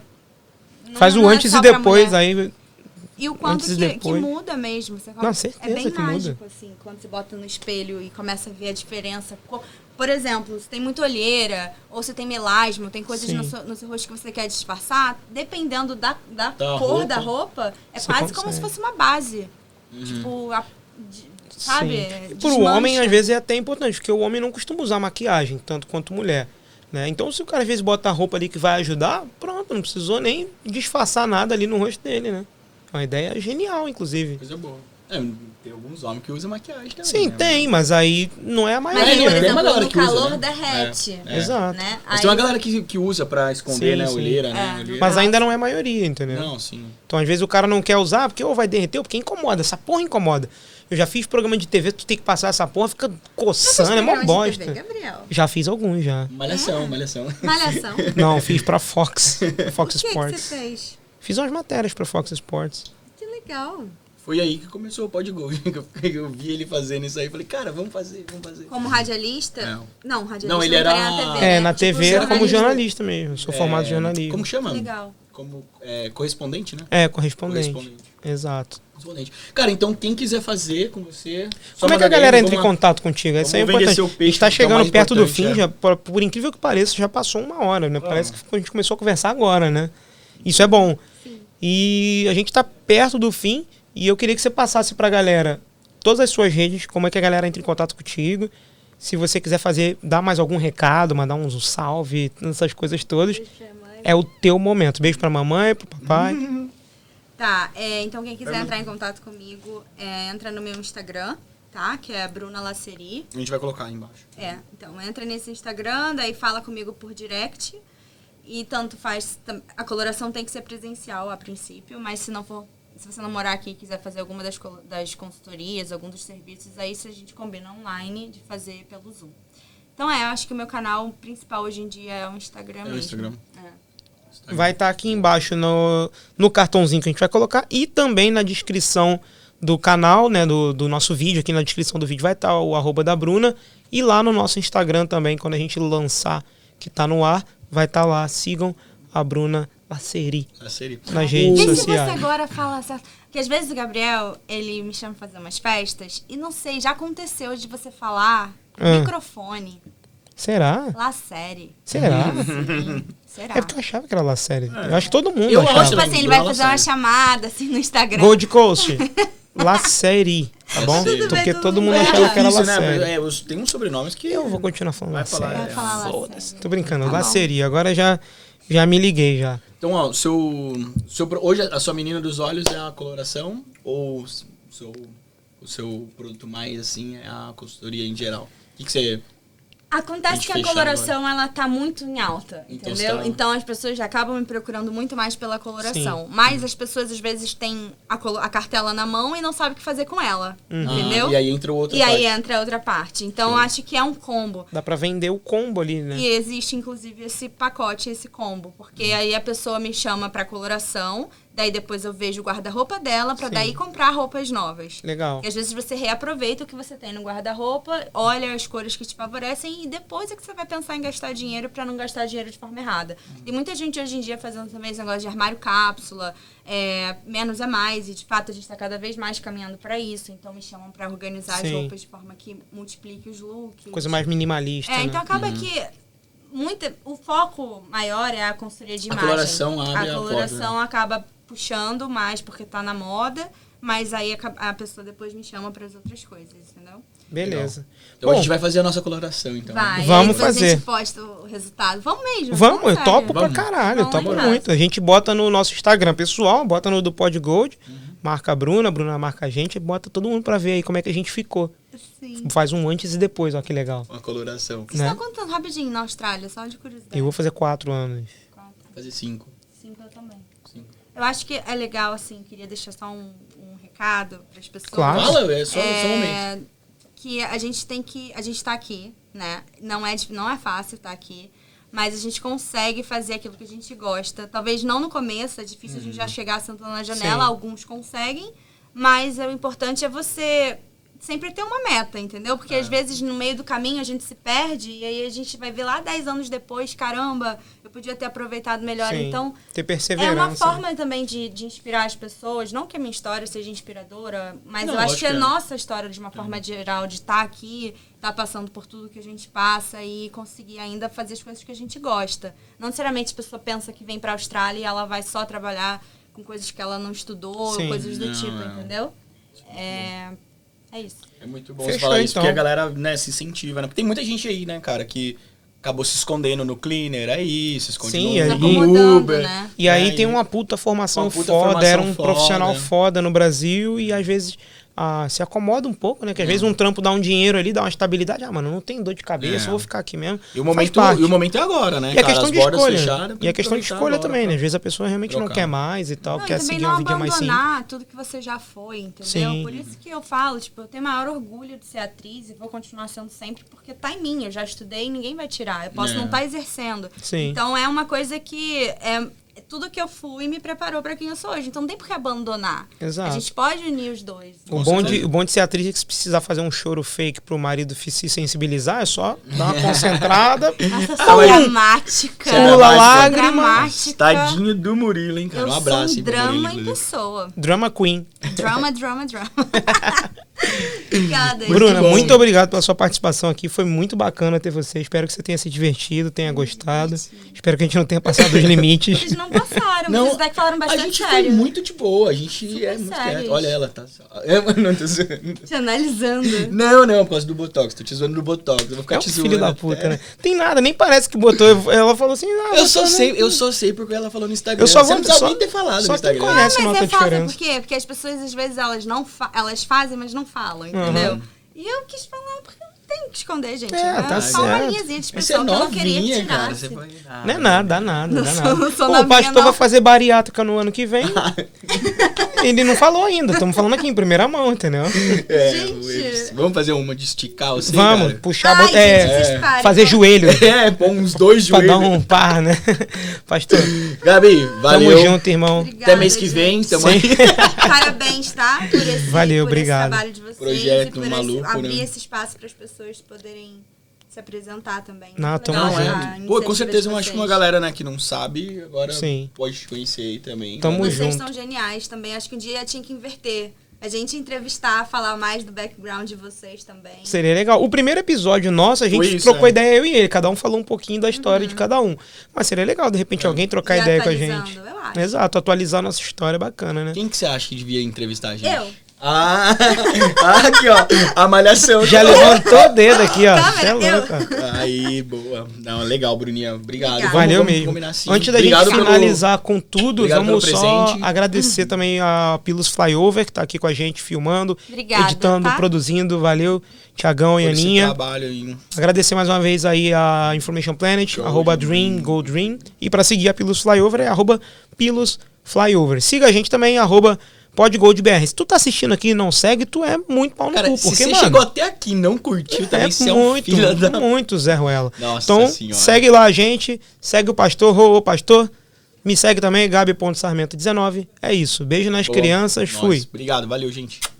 S3: não-
S1: Faz
S3: não
S1: o
S3: é
S1: antes
S3: só
S1: e
S3: pra
S1: depois,
S3: mulher.
S1: aí.
S3: E o quanto
S1: antes e
S3: que, que
S1: depois.
S3: muda mesmo. Você
S1: Não,
S3: é
S1: certeza
S3: bem
S1: que muda.
S3: mágico, assim, quando você bota no espelho e começa a ver a diferença. Co- Por exemplo, se tem muita olheira, ou se tem melasma, tem coisas
S1: Sim.
S3: no seu, no seu rosto que você quer disfarçar, dependendo da, da, cor
S2: roupa. Uhum.
S3: da roupa, é
S1: Você
S3: quase como
S1: consegue.
S3: se fosse uma base. Tipo, a- de- sabe? né?
S1: Sim. Pro
S3: Desmancha.
S1: homem, às vezes, é até importante, porque o homem não costuma usar maquiagem, tanto quanto mulher. Né? Então, se o cara às vezes bota a roupa ali que vai ajudar, pronto, não precisou nem disfarçar nada ali no rosto dele, né? É uma ideia genial, inclusive.
S2: Coisa boa. É, tem alguns homens que usam maquiagem também.
S1: Sim,
S2: né?
S1: tem, mas aí não é a
S3: Mas,
S2: Mas
S1: maioria.
S3: aí, por
S2: é,
S1: né?
S2: tem uma
S3: exemplo,
S2: galera
S3: no
S2: que usa,
S3: calor
S2: né?
S3: derrete.
S2: É.
S1: Exato.
S3: Né?
S2: Mas tem uma
S3: Aí-
S2: galera que, que usa pra esconder,
S1: Sim,
S2: né?
S1: sim.
S2: Olheira, né?
S3: É.
S2: Olheira.
S1: Mas ainda não é a maioria, entendeu?
S2: Não, sim.
S1: Então, às vezes, o cara não quer usar porque ou vai derreter ou porque incomoda. Essa porra incomoda. Eu já fiz programa de TV, tu tem que passar essa porra, fica coçando, é mó
S3: Programa um de TV,
S1: bosta.
S3: Gabriel.
S1: Já fiz alguns, já.
S2: Malhação, malhação.
S3: Malhação. O
S1: Não, fiz pra Fox, Fox
S3: que, que você
S1: Sports.
S3: fez?
S1: Fiz umas matérias pra Fox Sports.
S3: Que legal.
S2: Foi aí que começou o pod gol. Eu vi ele fazendo isso aí. Falei, cara, vamos fazer, vamos fazer.
S3: Como radialista?
S2: Não.
S3: Não, radialista
S2: É. Não, ele
S3: era
S2: era- um
S3: na TV.
S1: É,
S3: né?
S1: na
S3: Tipo,
S1: TV era como jornalista mesmo. Sou
S2: É,
S1: formado em jornalismo.
S2: Como chama?
S3: Que legal.
S2: Como é, correspondente, né?
S1: É, correspondente.
S2: Correspondente.
S1: Exato.
S2: Correspondente. Cara, então quem quiser fazer com você. só
S1: como é que a
S2: manda
S1: galera
S2: DM,
S1: entra em
S2: vamos-
S1: contato contigo? Isso aí é
S2: vamos vender
S1: importante.
S2: seu
S1: a gente
S2: peixe,
S1: tá
S2: que é o
S1: chegando
S2: mais
S1: perto do
S2: importante,
S1: fim,
S2: é.
S1: já, por, por incrível que pareça, já passou uma hora, né?
S2: Vamos.
S1: Parece que a gente começou a conversar agora, né? Isso é bom. E a gente tá perto do fim e eu queria que você passasse pra galera todas as suas redes, como é que a galera entra em contato contigo. Se você quiser fazer, dar mais algum recado, mandar uns um salve, essas coisas todas. É o teu momento. Beijo pra mamãe, pro papai.
S3: Tá, é, então quem quiser entrar em contato comigo, é, entra no meu Instagram, tá? Que é Bruna Laceri.
S2: A gente vai colocar aí embaixo.
S3: É, então entra nesse Instagram, daí fala comigo por direct. E tanto faz, tam- a coloração tem que ser presencial a princípio, mas se não for, se você não morar aqui e quiser fazer alguma das, colo- das consultorias, algum dos serviços, aí se a gente combina online de fazer pelo Zoom. Então é, eu acho que o meu canal principal hoje em dia é o Instagram
S2: É o
S3: mesmo.
S2: Instagram.
S3: É.
S1: Vai estar aqui embaixo no, no cartãozinho que a gente vai colocar e também na descrição do canal, né, do, do nosso vídeo, aqui na descrição do vídeo vai estar o arroba da Bruna e lá no nosso Instagram também, quando a gente lançar que tá no ar, vai estar lá, sigam a Bruna Laceri
S2: A série.
S1: nas redes
S3: Vê se você
S1: sociais.
S3: agora fala certo. Porque às vezes o Gabriel, ele me chama pra fazer umas festas e não sei, já aconteceu de você falar
S1: Ah.
S3: microfone,
S1: Será?
S3: lá série.
S1: Será?
S3: Sim, será?
S1: É porque eu achava que era Laceri. Eu acho que todo mundo
S2: Eu
S3: Ou,
S1: achava.
S2: acho-
S3: tipo assim, ele vai
S2: Lá
S3: fazer uma
S2: série.
S3: chamada assim no Instagram.
S1: Gold Coast. Laceri, tá bom?
S2: Tudo bem,
S1: Porque
S3: tudo
S1: todo mundo
S3: bem.
S1: achava que era
S2: difícil, né?
S1: Laceri.
S2: É, os- tem uns sobrenomes que
S1: Eu vou continuar falando
S2: Vai
S1: Laceri.
S2: falar, é.
S3: Vai falar lá série.
S1: Tô brincando,
S3: Tá bom.
S1: laceria. Agora já, já me liguei já.
S2: Então, ó, seu, seu, pro- hoje a sua menina dos olhos é a coloração ou o seu, o seu produto mais assim é a consultoria em geral? O que, que você. A
S3: Acontece
S2: gente
S3: que a
S2: fecha
S3: coloração, ela tá muito em alta,
S2: É né, Então,
S3: entendeu?
S2: tá.
S3: Então as pessoas já acabam me procurando muito mais pela coloração. Mas as pessoas às vezes têm a, colo- a cartela na mão e não sabem o que fazer com ela,
S2: Ah,
S3: entendeu?
S2: e aí entra o outro.
S3: E aí é- entra a outra parte. Então eu acho que é um combo.
S1: Dá pra vender o combo ali, né?
S3: E existe, inclusive, esse pacote, esse combo. Porque aí a pessoa me chama pra coloração, daí depois eu vejo o guarda-roupa dela pra
S1: Sim.
S3: daí comprar roupas novas.
S1: Legal.
S3: E às vezes você reaproveita o que você tem no guarda-roupa, olha as cores que te favorecem e depois é que você vai pensar em gastar dinheiro pra não gastar dinheiro de forma errada.
S1: Uhum.
S3: Tem muita gente hoje em dia fazendo também esse negócio de armário cápsula, é, menos é mais, e de fato a gente tá cada vez mais caminhando pra isso. Então me chamam pra organizar as
S1: Sim.
S3: roupas de forma que multiplique os looks.
S1: Coisa mais minimalista.
S3: É,
S1: né?
S3: então acaba que muita, o foco maior é a consultoria de
S2: A
S3: imagem.
S1: né?
S2: coloração abre a
S3: coloração acaba puxando mais porque tá na moda, mas aí a, a pessoa depois me chama para as outras coisas, entendeu?
S1: Beleza.
S2: Então a
S1: Bom,
S2: gente vai fazer a nossa coloração, então. né?
S3: Vai,
S1: Vamos
S3: aí depois a
S1: fazer.
S3: gente posta o resultado. Vamos mesmo.
S1: Vamos, eu
S3: sério.
S1: topo
S2: Vamos.
S1: pra caralho, eu
S3: Vamos
S1: topo
S3: lá em casa.
S1: muito. A gente bota no nosso Instagram pessoal, bota no do Pod Gold,
S2: Uhum.
S1: marca a Bruna, a Bruna marca a gente, bota todo mundo pra ver aí como é que a gente ficou.
S3: Sim.
S1: Faz um antes e depois, ó, que legal.
S2: Uma coloração.
S3: Vocês estão
S1: Né?
S3: tá contando rapidinho na Austrália, só de curiosidade.
S1: Eu vou fazer quatro anos.
S3: Quatro,
S2: Fazer cinco.
S3: cinco eu também.
S2: Cinco.
S3: Eu acho que é legal, assim, queria deixar só um, um recado para as pessoas.
S1: Claro.
S2: Fala, é só, só um momento.
S3: É, que a gente tem que. A gente tá aqui, né? Não é, dif- não é fácil estar aqui. Mas a gente consegue fazer aquilo que a gente gosta. Talvez não no começo, é difícil a gente já chegar sentando na janela,
S1: Uhum. Sim.
S3: alguns conseguem. Mas é, o importante é você sempre ter uma meta, entendeu? Porque
S1: É.
S3: às vezes no meio do caminho a gente se perde e aí a gente vai ver lá 10 anos depois, caramba, eu podia ter aproveitado melhor.
S1: Sim.
S3: Então,
S1: Ter
S3: é
S1: perseverança. né?
S3: uma forma também de, de inspirar as pessoas. Não que a minha história seja inspiradora, mas
S2: Não,
S3: eu acho
S2: lógico
S3: que é
S2: que é.
S3: nossa história, de uma forma geral, de estar aqui, estar passando por tudo que a gente passa e conseguir ainda fazer as coisas que a gente gosta. Não necessariamente a pessoa pensa que vem para a Austrália e ela vai só trabalhar com coisas que ela não estudou,
S1: Sim.
S3: coisas do
S2: Não,
S3: tipo,
S2: não.
S3: entendeu?
S2: Tipo,
S3: É, é isso.
S2: É muito bom
S1: Fechou,
S2: você falar isso,
S1: então.
S2: porque a galera né, se incentiva, né? Porque tem muita gente aí, né, cara, que acabou se escondendo no cleaner, aí, se esconde
S1: Sim, é
S2: no,
S1: aí-
S2: no
S3: Tá Acomodando,
S2: Uber.
S3: né?
S1: E aí
S2: É,
S1: tem uma puta formação
S2: uma puta
S1: foda,
S2: formação
S1: era um
S2: foda. né?
S1: profissional foda no Brasil e às vezes ah, se acomoda um pouco, né? Que às vezes um trampo dá um dinheiro ali, dá uma estabilidade. Ah, mano, não tem dor de cabeça,
S2: É.
S1: eu vou ficar aqui mesmo.
S2: E o,
S1: Faz
S2: momento,
S1: parte.
S2: e o momento é agora, né,
S1: E a
S2: cara?
S1: questão
S2: As
S1: de
S2: bordas
S1: escolha.
S2: fechadas. é
S1: E a questão de escolha também, né? Às vezes a pessoa realmente não
S2: trocar.
S1: quer mais e tal,
S3: Não,
S1: quer
S3: e também
S1: é seguir
S3: não
S1: uma vida mais simples.
S3: abandonar tudo que você já foi, entendeu?
S1: Sim.
S3: Por isso que eu falo, tipo, eu tenho maior orgulho de ser atriz e vou continuar sendo sempre, porque tá em mim, eu já estudei e ninguém vai tirar. Eu posso
S2: É.
S3: não estar exercendo.
S1: Sim.
S3: Então é uma coisa que é, tudo que eu fui me preparou pra quem eu sou hoje. Então não tem por que abandonar.
S1: Exato.
S3: A gente pode unir os dois. né?
S1: O
S2: Com
S1: bom, de,
S2: certeza.
S1: o bom de ser atriz é que se precisar fazer um choro fake pro marido fi- se sensibilizar, é só dar uma concentrada.
S3: Nossa, eu
S2: Ah,
S3: sou
S2: mas- Você é dramática?
S3: dramática. Eu sou
S1: Lágrima.
S3: Dramática.
S2: Tadinho do Murilo, hein, cara?
S3: Eu
S2: um abraço.
S3: sou um
S2: hein, pro Murilo,
S3: drama em
S2: inclusive.
S3: pessoa.
S1: Drama Queen.
S3: Drama, drama, drama. Obrigada. gente.
S1: Bruna,
S2: bom.
S1: muito obrigado pela sua participação aqui. Foi muito bacana ter você. Espero que você tenha se divertido, tenha gostado. Espero que a gente não tenha passado os limites. É um
S3: Vocês não passaram,
S2: Não,
S3: vocês daqui falaram
S2: A
S3: bastante
S2: gente
S3: sério.
S2: foi muito de boa, a gente é muito
S3: sérios.
S2: quieto. Olha ela, tá... É, mas não, tô zoando.
S3: Te analisando.
S2: Não, não, por causa do Botox. Tô te zoando do Botox. Eu vou ficar
S1: É um
S2: te zoando.
S1: filho da
S2: até.
S1: puta, né? Tem nada, nem parece que botou. Eu- Ela falou assim, ah,
S2: Eu só
S1: botou, né?
S2: sei, eu só sei porque ela falou no Instagram.
S1: Eu só vou-
S2: Você não precisava
S1: só-
S2: nem ter falado
S1: só
S2: no
S1: quem
S2: Instagram.
S1: conhece. Essa
S3: mas
S1: nota
S3: é
S1: de
S3: fácil,
S1: diferença.
S3: por quê? Porque as pessoas, às vezes, elas não fa- elas fazem, mas não falam, entendeu? E eu quis falar porque eu não tenho que esconder, gente.
S1: É, tá
S3: só uma
S1: certo.
S3: linhazinha de
S2: Mas você é
S3: expressão que eu não queria
S2: novinha,
S3: que
S2: cara.
S3: tirasse.
S2: Você vai... Ah,
S1: Não é nada, dá nada,
S3: Não
S1: dá
S3: sou-
S1: nada.
S3: não sou
S1: Pô,
S3: novinha,
S1: o pastor
S3: não.
S1: vai fazer bariátrica no ano que vem. Ele não falou ainda. Estamos falando aqui em primeira mão, entendeu?
S2: É,
S3: Gente.
S2: eles- Vamos fazer uma de esticar o
S1: Vamos,
S2: Cara?
S1: puxar,
S3: Ai,
S1: bot- é,
S3: gente, vocês parem,
S1: fazer
S3: pô.
S1: joelho.
S2: É, pôr uns dois
S1: pra dar
S2: joelhos.
S1: um par, né? Pastor,
S2: Gabi, valeu.
S1: tamo junto, irmão.
S3: Obrigada,
S2: Até mês que
S3: gente.
S2: vem. Tamo
S1: Sim.
S2: aí.
S3: Parabéns, tá? Por esse,
S1: Valeu,
S3: por
S1: obrigado.
S3: esse trabalho de vocês
S2: Projeto
S3: e por
S2: maluco,
S3: esse, abrir
S2: né?
S3: esse espaço para as pessoas poderem se apresentar também.
S1: Não,
S3: Muito
S1: tamo
S3: legal
S2: Não,
S1: junto.
S3: a
S2: é. Pô,
S3: iniciativa
S2: com
S3: de
S2: certeza eu acho que
S3: vocês.
S2: uma galera, né, que não sabe, agora
S1: Sim.
S2: pode te conhecer aí também.
S1: Tamo
S2: né?
S1: junto.
S3: Vocês são geniais também. Acho que um dia tinha que inverter. A gente entrevistar, falar mais do background de vocês também.
S1: Seria legal. O primeiro episódio nosso, a
S2: Foi
S1: gente
S2: isso,
S1: trocou
S2: é.
S1: ideia, eu e ele. Cada um falou um pouquinho da história de cada um. Mas seria legal, de
S2: É.
S1: repente, alguém trocar
S3: Uhum. E
S1: ideia com a
S3: atualizando,
S1: gente.
S3: eu acho.
S1: Exato, atualizar nossa história é bacana, né?
S2: Quem que você acha que devia entrevistar a gente?
S3: Eu.
S2: Ah, aqui, ó. A malhação. tá
S1: Já levantou o dedo aqui, ó.
S3: Câmera,
S1: Você é
S3: eu.
S1: louca.
S2: Aí, boa. Não, legal, Bruninha. Obrigado.
S3: Obrigada.
S2: Vamos-
S1: Valeu
S2: vamos
S1: mesmo.
S2: combinar assim.
S1: Antes da
S2: Obrigado
S1: gente
S2: pelo-
S1: finalizar com tudo,
S2: Obrigado
S1: vamos
S2: pelo
S1: só
S2: presente.
S3: Uhum.
S1: agradecer também a Pilos Flyover, que tá aqui com a gente, filmando,
S3: Obrigada,
S1: editando,
S3: tá?
S1: produzindo. Valeu, Tiagão e
S2: por esse
S1: Aninha.
S2: trabalho aí. né?
S1: Agradecer mais uma vez aí a Information Planet,
S2: Show,
S1: arroba
S2: gente.
S1: Dream, Go Dream. E para seguir a Pilos Flyover é arroba Pilos Flyover. Siga a gente também, arroba PodGoldBR. Se tu tá assistindo aqui e não segue, tu é muito pau no
S2: Cara,
S1: cu,
S2: se
S1: porque,
S2: você
S1: mano...
S2: chegou até aqui e não curtiu, também você
S1: é
S2: é um
S1: muito,
S2: filho da...
S1: muito Zé Ruela.
S2: Nossa
S1: então,
S2: Senhora.
S1: segue lá a gente, segue o pastor, ô, ô pastor. Me segue também, gabi.sarmento19. É isso. Beijo nas
S2: Boa.
S1: crianças,
S2: Nós.
S1: fui.
S2: Obrigado, valeu, gente.